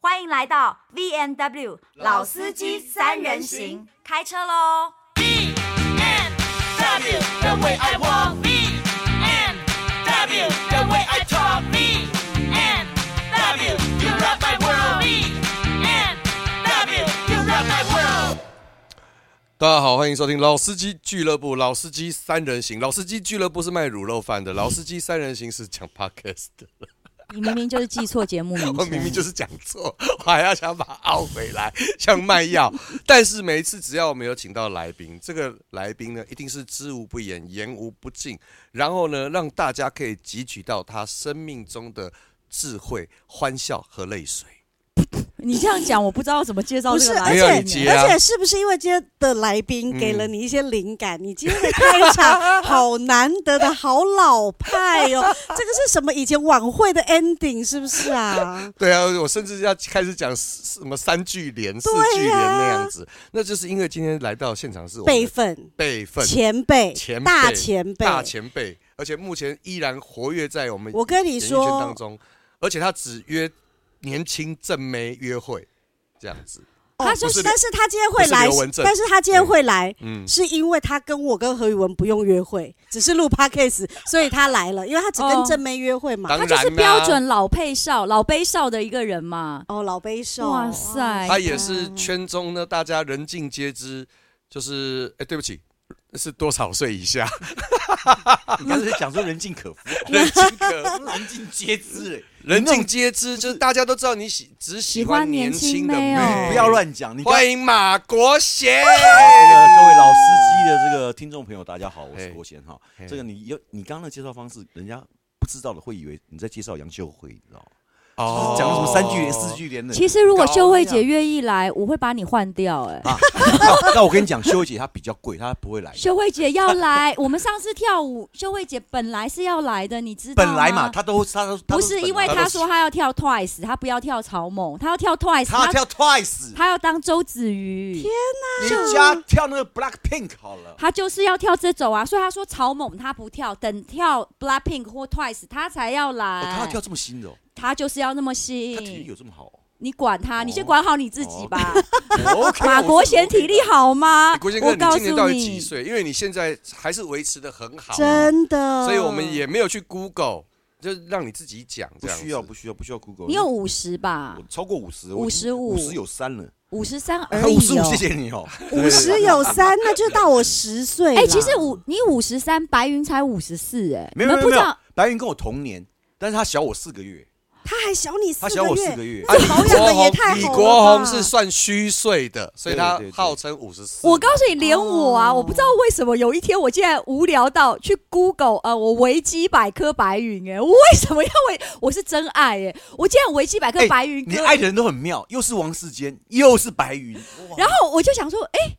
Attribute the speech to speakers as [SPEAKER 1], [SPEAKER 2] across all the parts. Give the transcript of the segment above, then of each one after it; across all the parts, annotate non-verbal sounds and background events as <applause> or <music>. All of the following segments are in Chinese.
[SPEAKER 1] 欢迎来到 V N W 老司机三人行，开车喽！
[SPEAKER 2] BMW, the way I walk. BMW, the way I talk. BMW, you rock my world. BMW, you rock my world.
[SPEAKER 3] 大家好，欢迎收听《老司机俱乐部》。老司机三人行，老司机俱乐部是卖卤肉饭的，老司机三人行是讲 podcast 的。
[SPEAKER 4] 你明明就是记错节目名
[SPEAKER 3] 我
[SPEAKER 4] 称，
[SPEAKER 3] 明明就是讲错，我还要想把它凹回来，像卖药。但是每一次只要我们有请到来宾，这个来宾呢，一定是知无不言，言无不尽，然后呢，让大家可以汲取到他生命中的智慧、欢笑和泪水。
[SPEAKER 4] 你这样哎讲，我不知道怎么介绍
[SPEAKER 5] 不
[SPEAKER 4] 这
[SPEAKER 5] 是，
[SPEAKER 4] 个
[SPEAKER 5] 而
[SPEAKER 4] 来
[SPEAKER 3] 没有你
[SPEAKER 5] 且
[SPEAKER 3] 接啊
[SPEAKER 5] 而且是不是因为今天的来宾给了你一些灵感？你今天的开
[SPEAKER 3] <laughs>
[SPEAKER 5] 场好难得的好老派哦，这个是什么？以前晚会的 ending 是不是啊？
[SPEAKER 3] 对啊，我甚至要开始讲什么三句连、四句连那样子，那就是因为今天来到现场是我们
[SPEAKER 5] 辈
[SPEAKER 3] 的
[SPEAKER 5] 分、
[SPEAKER 3] 辈分
[SPEAKER 5] 前辈、
[SPEAKER 3] 前辈
[SPEAKER 5] 大前辈。
[SPEAKER 3] 大前辈，而且目前依然活跃在我们
[SPEAKER 5] 我跟你
[SPEAKER 3] 演艺圈当
[SPEAKER 5] 说，
[SPEAKER 3] 中，而且他只约年轻正妹约会，这样子。
[SPEAKER 5] 哦
[SPEAKER 4] 他就是
[SPEAKER 5] 但是他今天会
[SPEAKER 3] 不是
[SPEAKER 5] 来
[SPEAKER 3] 刘文，正
[SPEAKER 5] 但是他今天会来，
[SPEAKER 3] 嗯，
[SPEAKER 5] 是因为他跟我跟何宇文不用约会，只是录 podcast，所以
[SPEAKER 3] <laughs>
[SPEAKER 5] 他来了，因为他只跟
[SPEAKER 4] 哦
[SPEAKER 5] 正妹约会嘛。
[SPEAKER 3] 当
[SPEAKER 4] 他
[SPEAKER 3] 然
[SPEAKER 4] 就
[SPEAKER 3] 啦、
[SPEAKER 6] 啊
[SPEAKER 4] 是标准老配少、老悲少的一个人嘛。
[SPEAKER 5] 哦，老悲兽，
[SPEAKER 4] 哇塞
[SPEAKER 3] 他也是圈中呢，大家人尽皆知，就是哎、对不起。是多少岁以
[SPEAKER 5] <laughs>
[SPEAKER 3] 下？
[SPEAKER 6] 你刚才讲说人尽可夫，
[SPEAKER 3] 人尽可
[SPEAKER 6] 人尽皆知欸，
[SPEAKER 3] 人尽皆知，就是大家都知道你喜只喜
[SPEAKER 4] 喜
[SPEAKER 3] 欢
[SPEAKER 4] 欢年
[SPEAKER 3] 年轻的
[SPEAKER 4] 轻妹
[SPEAKER 3] 妹
[SPEAKER 4] 哦，
[SPEAKER 6] 不要。乱讲。你刚
[SPEAKER 3] 欢迎马国贤，
[SPEAKER 6] 这个各位老司机的这个听众朋友，大家好，我是
[SPEAKER 3] 嘿
[SPEAKER 6] 国贤哈
[SPEAKER 3] 嘿。
[SPEAKER 6] 这个你有你刚刚的介绍方式，人家不知道的会以为你在介绍杨秀慧，你知道吗？
[SPEAKER 3] 哦
[SPEAKER 6] 讲什么三句连四句连的。
[SPEAKER 4] 其实如果秀慧姐愿意来，我会把你换掉、哎、
[SPEAKER 6] 那那我跟你讲，秀慧姐她比较贵，她不会来。
[SPEAKER 4] 秀慧姐要
[SPEAKER 6] <laughs>
[SPEAKER 4] 来，我们上次跳舞，秀慧姐本来是要来的，你知道吗
[SPEAKER 6] 本来嘛，她都她都她都
[SPEAKER 4] 不是因为
[SPEAKER 3] 本来
[SPEAKER 4] 她说她要跳 Twice，她不要跳草蜢，她要跳 Twice，
[SPEAKER 6] 她
[SPEAKER 4] 她
[SPEAKER 6] 跳 Twice，
[SPEAKER 4] 她要当周子瑜，
[SPEAKER 6] 你家跳那个 Black Pink 好了。哦
[SPEAKER 4] 她就是要跳这种啊，所以她说草蜢她不跳，等跳 Blackpink 或 Twice 她才要来。
[SPEAKER 6] 哦她要跳这么新的哦，
[SPEAKER 4] 他就是要那么
[SPEAKER 6] 她体力
[SPEAKER 4] 细
[SPEAKER 6] 有，这么好哦？
[SPEAKER 4] 你管他，
[SPEAKER 6] 哦
[SPEAKER 4] 你先管好你自己吧。<laughs>
[SPEAKER 6] OK，
[SPEAKER 4] 马国贤体力好吗
[SPEAKER 6] <laughs>
[SPEAKER 3] 哎？国贤哥，
[SPEAKER 4] 我
[SPEAKER 3] 你
[SPEAKER 4] 告
[SPEAKER 3] 今年到
[SPEAKER 4] 诉
[SPEAKER 3] 底几
[SPEAKER 4] 你，
[SPEAKER 3] 岁？因为你现在还是维持的很好，啊
[SPEAKER 5] 真的，
[SPEAKER 3] 所以我们也没有去 Google，就让你自己讲这
[SPEAKER 6] 不
[SPEAKER 3] 样子。
[SPEAKER 6] 需要不需要不需要 Google。
[SPEAKER 4] 你有五十吧
[SPEAKER 6] 我？超过五十，
[SPEAKER 4] 55
[SPEAKER 6] 五十有三了，
[SPEAKER 4] 五十三而已
[SPEAKER 6] 啊 <laughs> 五十五，
[SPEAKER 4] 哦
[SPEAKER 6] 谢。谢你哦。
[SPEAKER 5] 五十有三，那就到我十岁啦。
[SPEAKER 4] 哎，其实五你五十三，白云才五十四，哎，
[SPEAKER 6] 没有
[SPEAKER 4] 你们
[SPEAKER 6] 没有
[SPEAKER 4] 不
[SPEAKER 6] 没
[SPEAKER 4] 知
[SPEAKER 6] 有
[SPEAKER 4] 道，
[SPEAKER 6] 白云跟我同年，但是他小我四个月，
[SPEAKER 5] 他还小你四
[SPEAKER 6] 他
[SPEAKER 5] 个月，
[SPEAKER 6] 小我四个月。啊
[SPEAKER 3] 啊
[SPEAKER 5] 那这保养的也太好了吧
[SPEAKER 3] 李国宏是算虚岁的，所以他
[SPEAKER 6] 对对对
[SPEAKER 3] 号称五十四。
[SPEAKER 4] 我告诉你，连我啊，
[SPEAKER 5] 哦
[SPEAKER 4] 我不知道为什么有一天我竟然无聊到去 Google 呃，我维基百科白云，哎，我为什么要维？我是真爱哎，我竟然维基百科
[SPEAKER 6] 哎
[SPEAKER 4] 白云
[SPEAKER 6] 你
[SPEAKER 4] 哥，
[SPEAKER 6] 爱的人都很妙，又是王世坚，又是白云，
[SPEAKER 4] 然后我就想说，哎、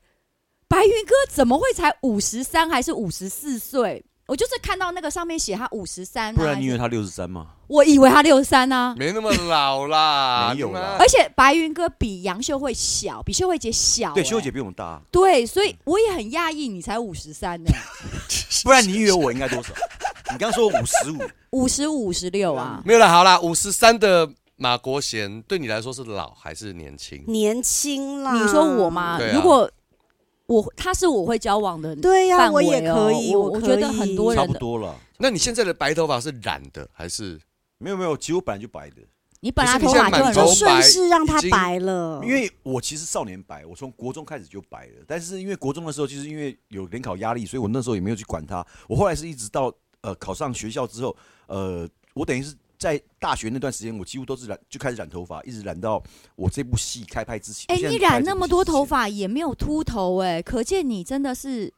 [SPEAKER 4] 白云哥怎么会才五十三还是五十四岁？我就是看到那个上面写他五十三，啊
[SPEAKER 6] 不然你以为他六十三吗？
[SPEAKER 4] 我以为他六三啊。
[SPEAKER 3] 没那么老啦，
[SPEAKER 6] <laughs> 没有啦
[SPEAKER 3] 你
[SPEAKER 4] 而且白云哥比杨秀慧小，比秀慧姐小、
[SPEAKER 6] 对，
[SPEAKER 4] 哎
[SPEAKER 6] 修姐比我们大，
[SPEAKER 4] 对，所以我也很讶异，你才五十三呢，
[SPEAKER 6] 不然你以为我应该多少？你刚说五十五，
[SPEAKER 4] 五十五十六啊
[SPEAKER 3] 妈，没有了，好啦，五十三的马国贤对你来说是老还是年轻？
[SPEAKER 5] 年轻啦。
[SPEAKER 4] 你说我？吗？
[SPEAKER 3] 对啊
[SPEAKER 4] 如果我他是我会交往的，
[SPEAKER 5] 对呀、
[SPEAKER 4] 范围
[SPEAKER 5] 我
[SPEAKER 4] 哦
[SPEAKER 5] 也可以，
[SPEAKER 4] 我
[SPEAKER 5] 我
[SPEAKER 4] 我
[SPEAKER 5] 可
[SPEAKER 4] 觉得
[SPEAKER 5] 以
[SPEAKER 4] 很多人
[SPEAKER 6] 差不多了。
[SPEAKER 3] 那你现在的白头发是染的还是？
[SPEAKER 6] 没有没有，其实我本来就白的，
[SPEAKER 4] 你本来头
[SPEAKER 3] 可
[SPEAKER 4] 发
[SPEAKER 3] 是
[SPEAKER 4] 就
[SPEAKER 3] 你现在满
[SPEAKER 4] 很
[SPEAKER 3] 头
[SPEAKER 5] 就
[SPEAKER 4] 柔，
[SPEAKER 5] 顺势让
[SPEAKER 3] 已
[SPEAKER 5] 他
[SPEAKER 3] 经
[SPEAKER 5] 白
[SPEAKER 4] 嗯
[SPEAKER 5] 了，
[SPEAKER 6] 因为我其实少年白，我从国中开始就白了。但是因为国中的时候，就是因为有联考压力，所以我那时候也没有去管它。我后来是一直到呃考上学校之后，呃，我等于是在大学那段时间，我几乎都是染就开始染头发，一直染到我这部戏开拍之前。
[SPEAKER 4] 哎、
[SPEAKER 6] 现在
[SPEAKER 4] 你
[SPEAKER 6] 开
[SPEAKER 4] 染
[SPEAKER 6] 这
[SPEAKER 4] 那
[SPEAKER 6] 部
[SPEAKER 4] 么
[SPEAKER 6] 戏
[SPEAKER 4] 多
[SPEAKER 6] 之
[SPEAKER 4] 头
[SPEAKER 6] 前，
[SPEAKER 4] 发也没有秃头、哎，可见你真的是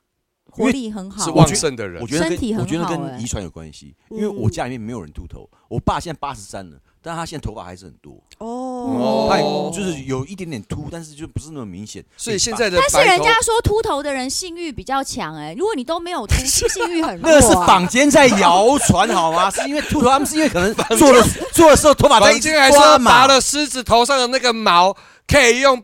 [SPEAKER 4] 活
[SPEAKER 6] 因为
[SPEAKER 4] 力很好。
[SPEAKER 3] 是旺盛的人
[SPEAKER 6] 我，觉得
[SPEAKER 4] 身体
[SPEAKER 6] 跟我
[SPEAKER 4] 很
[SPEAKER 6] 觉得
[SPEAKER 4] 好
[SPEAKER 6] 跟
[SPEAKER 4] 哎
[SPEAKER 6] 遗传有关系，因为我家里面没有人秃头，我爸现在八十三了，但他现在头发还是很多，
[SPEAKER 5] 哦，
[SPEAKER 6] 他也就是有一点点秃，但是就不是那么明显。
[SPEAKER 3] 所以
[SPEAKER 6] 哎
[SPEAKER 3] 现
[SPEAKER 6] 爸
[SPEAKER 3] 在的
[SPEAKER 4] 但是
[SPEAKER 3] 白
[SPEAKER 4] 人
[SPEAKER 3] 头
[SPEAKER 4] 家说秃头的人性欲比较强，哎，如果你都没
[SPEAKER 3] <laughs>
[SPEAKER 4] 有秃，性欲很弱、啊。
[SPEAKER 6] 那是坊间在谣传好
[SPEAKER 4] <laughs>
[SPEAKER 6] 吗？是因为秃头，他们是因为可能做的做的时候头发在
[SPEAKER 3] 房
[SPEAKER 6] 一直
[SPEAKER 3] 间还
[SPEAKER 6] 抓
[SPEAKER 3] 说
[SPEAKER 6] 嘛
[SPEAKER 3] 拔了狮子 <laughs> 头上的那个毛，可以用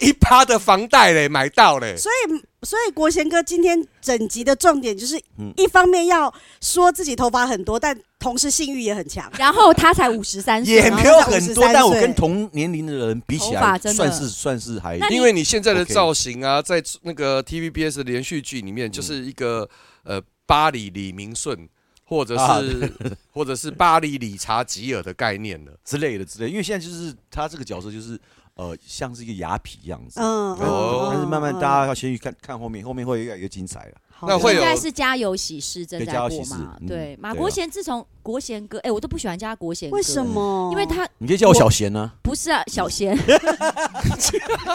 [SPEAKER 3] 一趴的房贷嘞买到嘞。
[SPEAKER 5] 所以所以国贤哥今天整集的重点就是，
[SPEAKER 6] 嗯
[SPEAKER 5] 一方面要说自己头发很多，但同时性欲也很强。
[SPEAKER 4] 然后他才五十三岁，
[SPEAKER 6] 也
[SPEAKER 4] 然后
[SPEAKER 6] 没有很多，
[SPEAKER 5] 53
[SPEAKER 6] 但我跟
[SPEAKER 5] 岁
[SPEAKER 6] 同年龄的人比起
[SPEAKER 4] 头发
[SPEAKER 6] 来，
[SPEAKER 4] 真的
[SPEAKER 6] 算是算是还
[SPEAKER 4] 那你
[SPEAKER 3] 因为你现在的
[SPEAKER 6] OK
[SPEAKER 3] 造型啊，在那个 TVBS 的连续剧里面，就是一个、呃巴黎李明顺，或者
[SPEAKER 6] 啊
[SPEAKER 3] 是、 <laughs> 或者是巴黎理查吉尔的概念
[SPEAKER 6] <laughs>
[SPEAKER 3] 了。
[SPEAKER 6] 之类的之类的。因为现在就是他这个角色就是呃，像是一个雅痞样子。
[SPEAKER 5] 嗯，嗯
[SPEAKER 3] 哦
[SPEAKER 6] 但是慢慢大家要先去看看后面，后面会越来越精彩了。
[SPEAKER 3] 那会有
[SPEAKER 4] 应该是家有喜事正在
[SPEAKER 6] 对家有
[SPEAKER 4] 播
[SPEAKER 6] 喜事
[SPEAKER 4] 嘛？
[SPEAKER 6] 嗯
[SPEAKER 4] 对，马
[SPEAKER 6] 对
[SPEAKER 4] 国
[SPEAKER 6] 啊
[SPEAKER 4] 贤自从国贤哥，哎、我都不喜欢叫他国贤哥，
[SPEAKER 5] 为什？么？
[SPEAKER 4] 因为他
[SPEAKER 6] 你可以叫我小贤呢、
[SPEAKER 4] 不是啊，小贤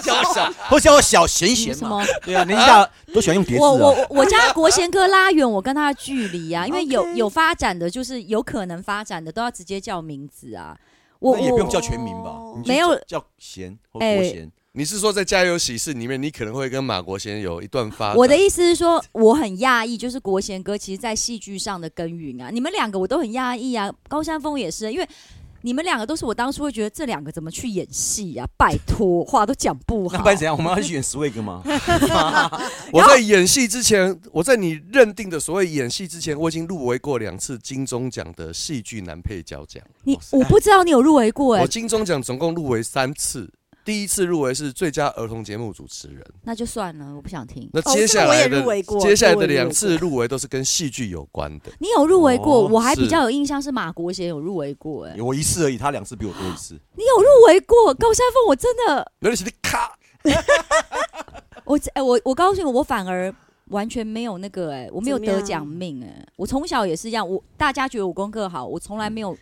[SPEAKER 3] 小小
[SPEAKER 6] 啊，或者叫我小贤贤
[SPEAKER 4] 什
[SPEAKER 6] 嘛。
[SPEAKER 4] 么？
[SPEAKER 6] 对啊，年纪大都喜欢用叠字
[SPEAKER 4] 我我
[SPEAKER 6] 啊。
[SPEAKER 4] 我我家国贤哥拉远我跟他的距离啊，因为有
[SPEAKER 5] OK
[SPEAKER 4] 有发展的，就是有可能发展的都要直接叫名字啊。我
[SPEAKER 6] 那也不用
[SPEAKER 4] 我
[SPEAKER 6] 叫全名吧？你就
[SPEAKER 4] 没有
[SPEAKER 6] 叫叫贤或
[SPEAKER 4] 哎
[SPEAKER 6] 国贤，
[SPEAKER 3] 你是说在《家有喜事》里面，你可能会跟马国贤有一段发展？
[SPEAKER 4] 我的意思是说，我很讶异，就是国贤哥其实，在戏剧上的耕耘啊，你们两个我都很讶异啊，高山峰也是，因为。你们两个都是我当初会觉得这两个怎么去演戏啊？拜托，话都讲不
[SPEAKER 6] <laughs> 那
[SPEAKER 4] 好
[SPEAKER 6] 不。然怎样？我们要去演 Swag 吗？
[SPEAKER 3] 我在演戏之前，我在你认定的所谓演戏之前，我已经入围过两次金钟奖的戏剧男配角奖。
[SPEAKER 4] 你我不知道你有入围过哎、
[SPEAKER 3] 我金钟奖总共入围三次，第一次入围是最佳儿童节目主持人。
[SPEAKER 4] 那就算了，我不想听。
[SPEAKER 3] 那
[SPEAKER 5] 哦
[SPEAKER 3] 接下来
[SPEAKER 5] 这个我也
[SPEAKER 3] 的、
[SPEAKER 5] 入围过
[SPEAKER 3] 接下来
[SPEAKER 5] 这个我
[SPEAKER 3] 的
[SPEAKER 5] 也入围
[SPEAKER 3] 两次入围都是跟戏剧有关的。
[SPEAKER 4] 你有入围过，
[SPEAKER 6] 哦
[SPEAKER 4] 我还
[SPEAKER 3] 是
[SPEAKER 4] 比较有印象是马国贤有入围过哎、
[SPEAKER 6] 我一次而已，他两次比我多一次。
[SPEAKER 4] 你有入围过高山峰，我真的
[SPEAKER 3] 尤其是咔，
[SPEAKER 4] 我哎、我我告诉你，我反而完全没有那个哎、我没有
[SPEAKER 5] 怎么样
[SPEAKER 4] 得奖命哎、我从小也是一样，我大家觉得我功课好，我从来没有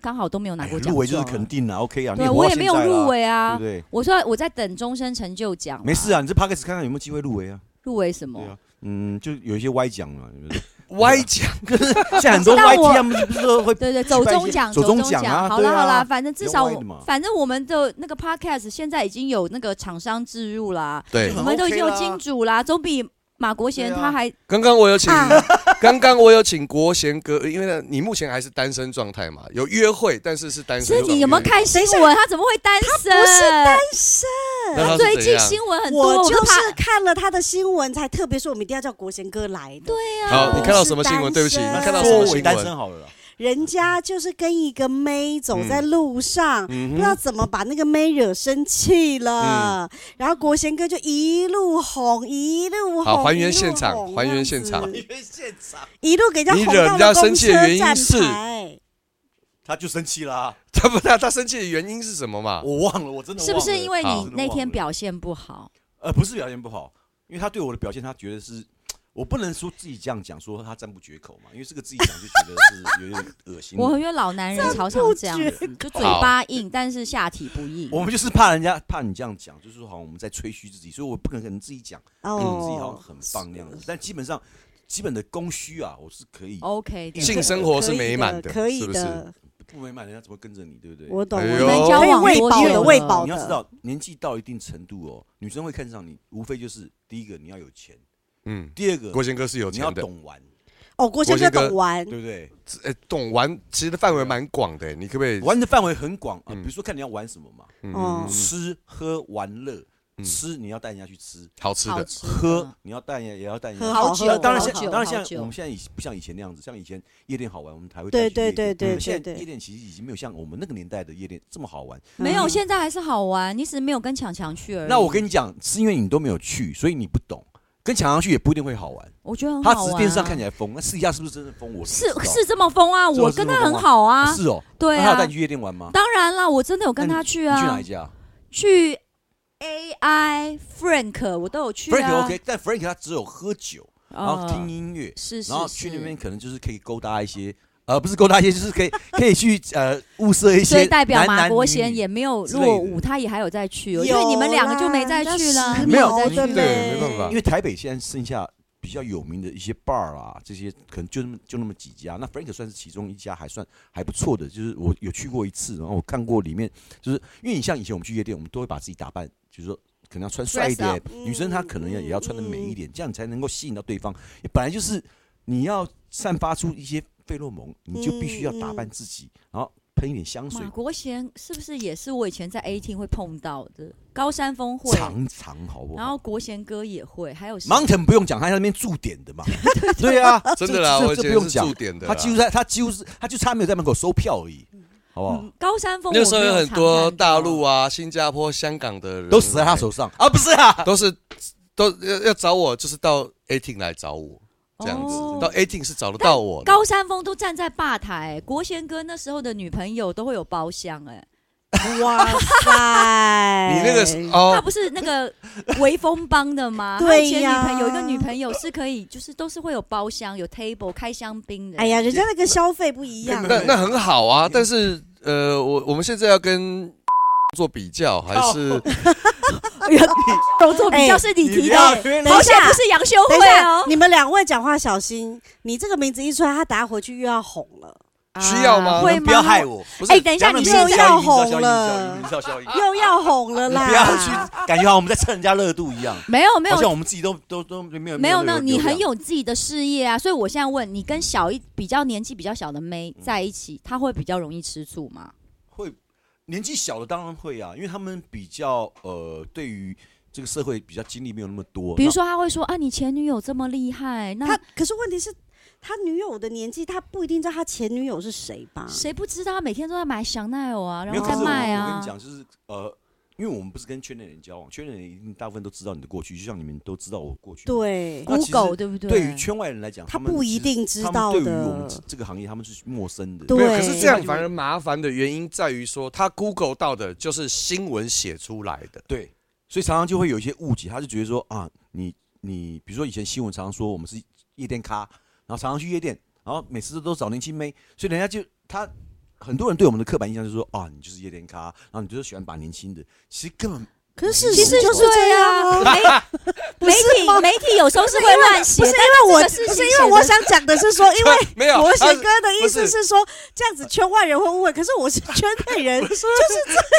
[SPEAKER 4] 刚好都没有拿过奖、
[SPEAKER 6] 哎入围就是肯，定啦 o k 啊。你
[SPEAKER 4] 对
[SPEAKER 6] 活
[SPEAKER 4] 我
[SPEAKER 6] 到
[SPEAKER 4] 也没有
[SPEAKER 6] 现在啦
[SPEAKER 4] 入，围啊
[SPEAKER 6] 对不。对？
[SPEAKER 4] 我说我在等终身成就奖嘛，
[SPEAKER 6] 没事啊，你这 p o d c a s 看看有没有机会入围啊？
[SPEAKER 4] 入围什么？
[SPEAKER 6] 对啊嗯，就有一些歪奖嘛，对不对
[SPEAKER 3] 歪讲
[SPEAKER 6] 现在很多
[SPEAKER 4] 知道
[SPEAKER 6] YT
[SPEAKER 4] <laughs> 我
[SPEAKER 6] 他们不是说会
[SPEAKER 4] 对对，走中奖，
[SPEAKER 6] 走
[SPEAKER 4] 中
[SPEAKER 6] 中奖啊
[SPEAKER 4] 好
[SPEAKER 6] 对
[SPEAKER 4] 啦
[SPEAKER 6] 啊
[SPEAKER 4] 好啦，反正至少
[SPEAKER 6] 不要歪的
[SPEAKER 4] 我
[SPEAKER 6] 嘛
[SPEAKER 4] 反正我们的那个 podcast 现在已经有那个厂商置入啦，
[SPEAKER 3] 对
[SPEAKER 6] 很，
[SPEAKER 4] 我们都已经有
[SPEAKER 6] OK 啦
[SPEAKER 4] 金主啦，总比马国贤
[SPEAKER 6] 对啊
[SPEAKER 4] 他还
[SPEAKER 3] <laughs> 刚刚我有请，
[SPEAKER 5] 啊
[SPEAKER 3] 刚刚我有请国贤哥，因为你目前还是单身状态嘛，有约会，但是是单身
[SPEAKER 4] 所以
[SPEAKER 3] 状态。
[SPEAKER 4] 你有没有看新闻？他怎么会单身？
[SPEAKER 5] 不是单
[SPEAKER 3] 那他是
[SPEAKER 4] 最
[SPEAKER 3] 怎
[SPEAKER 4] 近
[SPEAKER 3] 样
[SPEAKER 4] 新闻很多，
[SPEAKER 5] 我
[SPEAKER 4] 我
[SPEAKER 5] 就
[SPEAKER 4] 都怕。
[SPEAKER 5] 是看了他的新闻，才特别说我们一定要叫国贤哥来的。
[SPEAKER 4] 对啊呀、
[SPEAKER 3] 好，你看到什么新
[SPEAKER 5] 我
[SPEAKER 3] 闻？
[SPEAKER 5] 是
[SPEAKER 3] 对不起，你
[SPEAKER 5] 单身
[SPEAKER 3] 看到什么
[SPEAKER 6] 说伪
[SPEAKER 3] 新
[SPEAKER 6] 单身
[SPEAKER 3] 闻？
[SPEAKER 6] 好了啦，
[SPEAKER 5] 人家就是跟一个妹走在路
[SPEAKER 3] 嗯
[SPEAKER 5] 上，不知道怎么把那个妹惹生气了，
[SPEAKER 3] 嗯
[SPEAKER 5] 然后国贤哥就一路哄，一路哄，
[SPEAKER 3] 好还原
[SPEAKER 5] 一路
[SPEAKER 3] 现场
[SPEAKER 5] 哄
[SPEAKER 3] 还原
[SPEAKER 5] 这样子
[SPEAKER 3] 现场还
[SPEAKER 5] 一路给人
[SPEAKER 3] 你
[SPEAKER 5] 家哄
[SPEAKER 3] 惹
[SPEAKER 5] 到
[SPEAKER 3] 人家
[SPEAKER 5] 了公
[SPEAKER 3] 生气的
[SPEAKER 5] 车
[SPEAKER 3] 原因
[SPEAKER 5] 站
[SPEAKER 3] 是
[SPEAKER 5] 牌
[SPEAKER 6] 他就生气啦。
[SPEAKER 3] <laughs> 他不他他生气的原因是什么嘛？
[SPEAKER 6] 我忘了，我真的
[SPEAKER 4] 是不是
[SPEAKER 6] 忘了啊
[SPEAKER 4] 因为
[SPEAKER 3] 好
[SPEAKER 4] 你那天表现不好？
[SPEAKER 6] 呃不是表现不好，因为他对我的表现，他觉得是。我不能说自己这样讲，说他赞不绝口嘛，因为这个自己讲就觉得是有点恶
[SPEAKER 4] <laughs>
[SPEAKER 6] 心。
[SPEAKER 4] 我很觉得老男人常常这样子，就嘴巴硬，但是下体不硬。
[SPEAKER 6] 我们就是怕人家怕你这样讲，就是说好像我们在吹嘘自己，所以我不可能自己讲，我嗯自己好像
[SPEAKER 5] 哦，
[SPEAKER 6] 很棒那样子。但基本上基本的供需啊，我是可以
[SPEAKER 5] 哦
[SPEAKER 4] OK 的，
[SPEAKER 3] 嗯性生活是
[SPEAKER 5] 可以
[SPEAKER 3] 美满
[SPEAKER 5] 可以
[SPEAKER 3] 是不是？
[SPEAKER 5] 的，
[SPEAKER 6] 不美满，人家怎么跟着你，对不对？
[SPEAKER 5] 我懂，
[SPEAKER 3] 哎
[SPEAKER 5] 我
[SPEAKER 3] 呦我
[SPEAKER 5] 懂
[SPEAKER 3] 们
[SPEAKER 5] 可以
[SPEAKER 3] 交
[SPEAKER 4] 往
[SPEAKER 5] 喂
[SPEAKER 4] 多
[SPEAKER 5] 饱
[SPEAKER 4] 久
[SPEAKER 5] 的，喂
[SPEAKER 4] 了
[SPEAKER 5] 饱
[SPEAKER 6] 你要知
[SPEAKER 5] 的。
[SPEAKER 6] 道，年纪到一定程度哦，女生会看上你，无非就是第一个你要有钱，
[SPEAKER 3] 嗯，
[SPEAKER 6] 第二个
[SPEAKER 3] 国贤哥是有
[SPEAKER 6] 你要
[SPEAKER 3] 钱的，
[SPEAKER 6] 懂玩，
[SPEAKER 5] 哦，国贤
[SPEAKER 3] 国贤
[SPEAKER 5] 哥
[SPEAKER 3] 哥
[SPEAKER 5] 懂玩，
[SPEAKER 6] 对不对？
[SPEAKER 3] 哎，懂玩其实范围蛮广的，你可不可以？
[SPEAKER 6] 玩的范围很广啊，
[SPEAKER 3] 嗯
[SPEAKER 6] 比如说看你要玩什么嘛，
[SPEAKER 5] 哦，
[SPEAKER 6] 吃喝玩乐，
[SPEAKER 3] 嗯
[SPEAKER 6] 吃你要带人家去吃，
[SPEAKER 3] 好吃
[SPEAKER 4] 好
[SPEAKER 3] 的，
[SPEAKER 4] 吃的
[SPEAKER 6] 喝你要带人家也要带人家
[SPEAKER 5] 嗯喝
[SPEAKER 6] 去
[SPEAKER 5] 好
[SPEAKER 4] 好
[SPEAKER 5] 酒
[SPEAKER 4] 酒，
[SPEAKER 6] 当然
[SPEAKER 5] 好
[SPEAKER 6] 现
[SPEAKER 5] 酒
[SPEAKER 6] 当然
[SPEAKER 4] 好
[SPEAKER 6] 现在
[SPEAKER 4] 酒
[SPEAKER 6] 我们现在已不像以前那样子，像以前夜店好玩，我们还会带去
[SPEAKER 5] 对
[SPEAKER 6] 夜
[SPEAKER 5] 对
[SPEAKER 6] 店
[SPEAKER 5] 对对
[SPEAKER 6] 可是
[SPEAKER 5] 对
[SPEAKER 6] 现在夜
[SPEAKER 5] 对，
[SPEAKER 6] 店其实已经没有像我们那个年代的夜店这么好玩。
[SPEAKER 4] 没有，
[SPEAKER 5] 嗯
[SPEAKER 4] 现在还是好玩，你只是没有跟强强去而已。
[SPEAKER 6] 那我跟你讲，是因为你都没有去，所以你不懂。跟抢上去也不一定会好玩，
[SPEAKER 4] 我觉得很好
[SPEAKER 6] 他
[SPEAKER 4] 玩啊。
[SPEAKER 6] 只是电视上看起来疯，那私底下是不是真的疯？我
[SPEAKER 4] 是
[SPEAKER 6] 不知道
[SPEAKER 4] 是这么疯啊，
[SPEAKER 6] 是吗
[SPEAKER 4] 我跟他很好啊，
[SPEAKER 6] 是哦，
[SPEAKER 4] 对
[SPEAKER 6] 那他有
[SPEAKER 4] 啊
[SPEAKER 6] 带你，去夜店玩吗？
[SPEAKER 4] 当然啦，我真的有跟他去
[SPEAKER 6] 你去哪
[SPEAKER 4] 啊
[SPEAKER 6] 一，家
[SPEAKER 4] 去 AI Frank 我都有去
[SPEAKER 6] ？Frank
[SPEAKER 4] 啊
[SPEAKER 6] OK，但 Frank 他只有喝酒，然后听
[SPEAKER 4] 嗯
[SPEAKER 6] 音乐，
[SPEAKER 4] 是是，
[SPEAKER 6] 然后去那
[SPEAKER 4] 是
[SPEAKER 6] 边可能就是可以勾搭一些，呃，不是勾搭一些，就是可以可以去呃物色一
[SPEAKER 4] 所
[SPEAKER 6] 些
[SPEAKER 4] 以代表
[SPEAKER 6] 男
[SPEAKER 4] 马
[SPEAKER 6] 男
[SPEAKER 4] 国
[SPEAKER 6] 女
[SPEAKER 4] 贤
[SPEAKER 6] 女
[SPEAKER 4] 也没有
[SPEAKER 6] 之类的
[SPEAKER 4] 落伍，他也还有再去哦，因为你们两个就没再去了，
[SPEAKER 6] 没有
[SPEAKER 4] 再
[SPEAKER 5] 再
[SPEAKER 4] 去
[SPEAKER 5] 对
[SPEAKER 4] 了
[SPEAKER 3] 对没办法
[SPEAKER 6] 因为台北现在剩下比较有名的一些 bar 啊，这些可能就那么就那么几家。那 Frank 算是其中一家，还算还不错的。就是我有去过一次，然后我看过里面，就是因为你像以前我们去夜店，我们都会把自己打扮，就是说。可能要穿帅一
[SPEAKER 3] 啊
[SPEAKER 4] Dress
[SPEAKER 6] 点
[SPEAKER 4] up，
[SPEAKER 6] 女生她可能也要穿的美一点，这样你才能够吸引到对方。本来就是你要散发出一些费洛蒙，你就必须要打扮自己，然后喷一点香水
[SPEAKER 4] 马，国贤是不是也是我以前在 A T 会碰到的？高山峰会，
[SPEAKER 6] 尝尝好不
[SPEAKER 4] 然
[SPEAKER 6] 好
[SPEAKER 4] 后国贤哥也会，还有谁
[SPEAKER 6] Mountain 不用讲，他在那边驻点
[SPEAKER 3] <laughs>
[SPEAKER 6] 的嘛。对啊，
[SPEAKER 3] 真的啦，
[SPEAKER 6] 这
[SPEAKER 3] 我以
[SPEAKER 6] 这这
[SPEAKER 3] 前
[SPEAKER 6] 不用
[SPEAKER 3] 是
[SPEAKER 6] 讲
[SPEAKER 3] 驻，点的啦，
[SPEAKER 6] 他几乎在，他几乎是，他就差没有在门口收票而已，好不好？
[SPEAKER 4] 嗯高山峰
[SPEAKER 3] 那时
[SPEAKER 4] 我
[SPEAKER 3] 候
[SPEAKER 4] 没
[SPEAKER 3] 有很多
[SPEAKER 4] 常看到
[SPEAKER 3] 大陆，啊、新加坡、香港的人
[SPEAKER 6] 都死在他手上啊！不是啊，
[SPEAKER 3] <laughs> 都是都要要找我，就是到 eighteen 来找我这样子，
[SPEAKER 4] 哦
[SPEAKER 3] 到 eighteen 是找得到我的。
[SPEAKER 4] 高山峰都站在吧台、国贤哥那时候的女朋友都会有包厢、哎、
[SPEAKER 5] 哇
[SPEAKER 3] <laughs>
[SPEAKER 5] 塞！
[SPEAKER 3] 你那
[SPEAKER 5] <laughs>
[SPEAKER 3] 个是哦
[SPEAKER 4] 他，不是那个微风帮的吗？他
[SPEAKER 5] 对
[SPEAKER 4] 以前
[SPEAKER 5] 呀
[SPEAKER 4] 女朋友有一个女朋友是可以，就是都是会有包厢、有 table 开香槟的。
[SPEAKER 5] 哎呀，人家那个消费不一样。
[SPEAKER 3] 那那很好啊，但是呃，我我们现在要跟做比较，还是
[SPEAKER 4] 工作比较是你提到，
[SPEAKER 5] 哎
[SPEAKER 4] 的，
[SPEAKER 5] 等
[SPEAKER 4] 好
[SPEAKER 5] 一
[SPEAKER 4] 像
[SPEAKER 5] 下
[SPEAKER 4] 不，是杨秀
[SPEAKER 5] 等
[SPEAKER 4] 慧
[SPEAKER 5] 一下
[SPEAKER 4] 哦，。
[SPEAKER 5] 你们两位讲话小心，你这个名字一出来，他打回去又要红了，
[SPEAKER 3] 需要吗？
[SPEAKER 4] 会
[SPEAKER 6] 不要
[SPEAKER 4] 吗
[SPEAKER 6] 害我，
[SPEAKER 3] 不是
[SPEAKER 4] 哎，等一下，你现
[SPEAKER 5] 又
[SPEAKER 4] 在
[SPEAKER 5] 要
[SPEAKER 6] 红
[SPEAKER 5] 红了
[SPEAKER 6] 营造效应，营造效应
[SPEAKER 5] 又要红了啦！
[SPEAKER 6] 啊不要去，感觉好像我们在蹭人家热度一样，
[SPEAKER 4] 没有没
[SPEAKER 6] 好
[SPEAKER 4] 有
[SPEAKER 6] 像我们自己都都都没有
[SPEAKER 4] 没有
[SPEAKER 6] 那
[SPEAKER 4] 呢，你很有自己的事业啊，所以我现在问你，跟小一比较年纪比较小的妹在一起，她会比较容易吃醋吗？
[SPEAKER 6] 会年纪小的当然会啊，因为他们比较呃，对于这个社会比较经历没有那么多，
[SPEAKER 4] 比如说，她会说啊，你前女友这么厉害，
[SPEAKER 5] 他
[SPEAKER 4] 那
[SPEAKER 5] 可是问题是，他女友的年纪，他不一定知道他前女友是谁吧？
[SPEAKER 4] 谁不知道她每天都在买香奈儿啊，然
[SPEAKER 6] 没有
[SPEAKER 4] 后
[SPEAKER 6] 可是
[SPEAKER 4] 再
[SPEAKER 6] 我
[SPEAKER 4] 卖
[SPEAKER 6] 我跟
[SPEAKER 4] 啊
[SPEAKER 6] 你？讲，就是呃，因为我们不是跟圈内人交往，圈内人一定大部分都知道你的过去，就像你们都知道我过去。
[SPEAKER 5] 对，
[SPEAKER 6] 那其实
[SPEAKER 4] Google 对不对？
[SPEAKER 6] 对于圈外人来讲，
[SPEAKER 5] 他
[SPEAKER 6] 们
[SPEAKER 5] 不
[SPEAKER 6] 其
[SPEAKER 5] 一
[SPEAKER 6] 实
[SPEAKER 5] 定知
[SPEAKER 6] 他们
[SPEAKER 5] 道
[SPEAKER 6] 对于我们
[SPEAKER 5] 的。
[SPEAKER 6] 这这个行业，他们是陌生的。
[SPEAKER 3] 没
[SPEAKER 5] 对
[SPEAKER 3] 有，可是这样反而麻烦的原因在于说，他 Google 到的就是新闻写出来的， <laughs>
[SPEAKER 6] 对，所以常常就会有一些误解，他就觉得说啊，你你比如说以前新闻常常说我们是夜店咖，然后常常去夜店，然后每次都找年轻妹，所以人家就他很多人对我们的刻板印象就是说啊，你就是夜店咖，然后你就是喜欢把年轻的，其实根本
[SPEAKER 5] 可是事
[SPEAKER 4] 其
[SPEAKER 5] 实
[SPEAKER 4] 实
[SPEAKER 5] 就是这
[SPEAKER 4] 对
[SPEAKER 5] 样
[SPEAKER 4] 啊，
[SPEAKER 5] 啊。 <laughs>
[SPEAKER 4] 媒
[SPEAKER 5] 不
[SPEAKER 4] 媒
[SPEAKER 5] 是吗
[SPEAKER 4] 体媒体有时候是会乱写，
[SPEAKER 5] 不是
[SPEAKER 4] 但
[SPEAKER 5] 因为我，
[SPEAKER 4] 这
[SPEAKER 5] 不
[SPEAKER 4] 个事情
[SPEAKER 5] 是因为我想讲的是说，因为
[SPEAKER 3] 没有
[SPEAKER 5] 国
[SPEAKER 3] 他
[SPEAKER 5] 贤哥的意
[SPEAKER 3] 不
[SPEAKER 5] 思是说，这样子圈外人会误会，可是我是圈内人，就是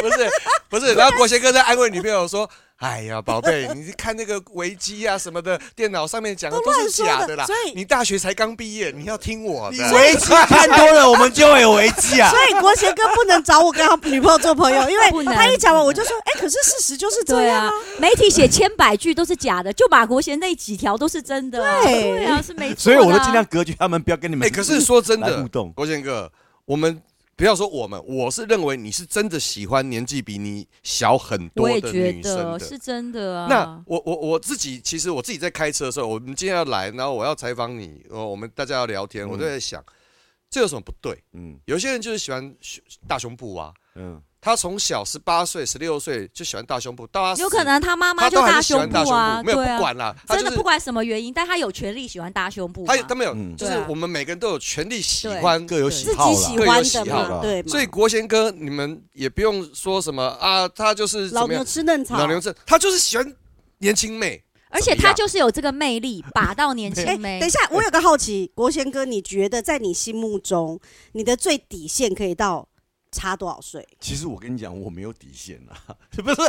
[SPEAKER 3] 不是不
[SPEAKER 5] <laughs>
[SPEAKER 3] 是，然后国贤哥在安慰女朋友说：“哎呀，宝贝，你看那个维基啊什么的，电脑上面讲的
[SPEAKER 5] 都
[SPEAKER 3] 都
[SPEAKER 5] 乱
[SPEAKER 3] 是
[SPEAKER 5] 说
[SPEAKER 3] 假
[SPEAKER 5] 的
[SPEAKER 3] 的啦。
[SPEAKER 5] 所以
[SPEAKER 3] 你大学才刚毕业，你要听我的。
[SPEAKER 6] 危机看多了，我们就会有危机 <laughs>
[SPEAKER 5] <laughs>
[SPEAKER 6] 啊。
[SPEAKER 5] 所以国贤哥不能找我跟他女朋友做朋友，因为
[SPEAKER 4] <laughs> 不能
[SPEAKER 5] 他一讲完我就说，哎，可是事实就是这
[SPEAKER 4] 对
[SPEAKER 5] 样
[SPEAKER 4] 啊
[SPEAKER 5] 啊。，
[SPEAKER 4] 媒体写千百句都是假的，就马国贤那几条都是真的啊。
[SPEAKER 5] 对
[SPEAKER 4] 对啊，是没错。
[SPEAKER 6] 所以我都尽量。隔绝他们，不要跟你们。
[SPEAKER 3] 哎，可是
[SPEAKER 6] <laughs>
[SPEAKER 3] 说真
[SPEAKER 6] 来
[SPEAKER 3] 的
[SPEAKER 6] 互动，
[SPEAKER 3] 国贤哥，我们不要说我们，我是认为你是真的喜欢年纪比你小很多
[SPEAKER 4] 我也
[SPEAKER 3] 的
[SPEAKER 4] 觉
[SPEAKER 3] 女生
[SPEAKER 4] 得
[SPEAKER 3] 的。
[SPEAKER 4] 是真的啊。
[SPEAKER 3] 那我我我自己，其实我自己在开车的时候，我们今天要来，然后我要采访你，哦，我们大家要聊
[SPEAKER 4] 嗯
[SPEAKER 3] 天，我都在想，这有什么不对？
[SPEAKER 6] 嗯
[SPEAKER 3] 有些人就是喜欢胸大胸部啊，
[SPEAKER 6] 嗯，
[SPEAKER 3] 他从小十八岁、十六岁就喜欢大胸部，到他死
[SPEAKER 4] 有可能他妈妈
[SPEAKER 3] 他
[SPEAKER 4] 就
[SPEAKER 3] 都还是喜
[SPEAKER 4] 胸
[SPEAKER 3] 欢大胸
[SPEAKER 4] 啊，
[SPEAKER 3] 没有
[SPEAKER 4] 对
[SPEAKER 3] 不
[SPEAKER 4] 啊，
[SPEAKER 3] 管啦，他
[SPEAKER 4] 真的
[SPEAKER 3] 就是
[SPEAKER 4] 不管什么原因，但他有权利喜欢大胸部嘛。
[SPEAKER 3] 他他没有，
[SPEAKER 6] 嗯
[SPEAKER 3] 就是
[SPEAKER 4] 对啊
[SPEAKER 3] 我们每个人都有权利喜
[SPEAKER 4] 对
[SPEAKER 3] 欢。
[SPEAKER 6] 各有
[SPEAKER 4] 对
[SPEAKER 6] 喜
[SPEAKER 5] 自
[SPEAKER 6] 好
[SPEAKER 5] 己
[SPEAKER 6] 啦。
[SPEAKER 5] 喜
[SPEAKER 3] 各有
[SPEAKER 5] 欢
[SPEAKER 3] 喜
[SPEAKER 5] 的
[SPEAKER 3] 好
[SPEAKER 5] 嘛，
[SPEAKER 6] 啦
[SPEAKER 5] 对嘛？
[SPEAKER 3] 所以国贤哥，你们也不用说什么啊，他就是
[SPEAKER 5] 老
[SPEAKER 3] 怎么
[SPEAKER 5] 牛
[SPEAKER 3] 样，
[SPEAKER 5] 吃嫩草，
[SPEAKER 3] 老牛症，他就是喜欢年轻妹，
[SPEAKER 4] 而且
[SPEAKER 3] 怎么
[SPEAKER 4] 他
[SPEAKER 3] 样
[SPEAKER 4] 就是有这个魅力，把到年
[SPEAKER 3] <laughs>
[SPEAKER 5] 哎，
[SPEAKER 4] 轻妹
[SPEAKER 5] 等一。下，我有个好奇，国贤哥，你觉得在你心目中，你的最底线可以到差多少岁？
[SPEAKER 6] 其实我跟你讲，我没有底线啊，不是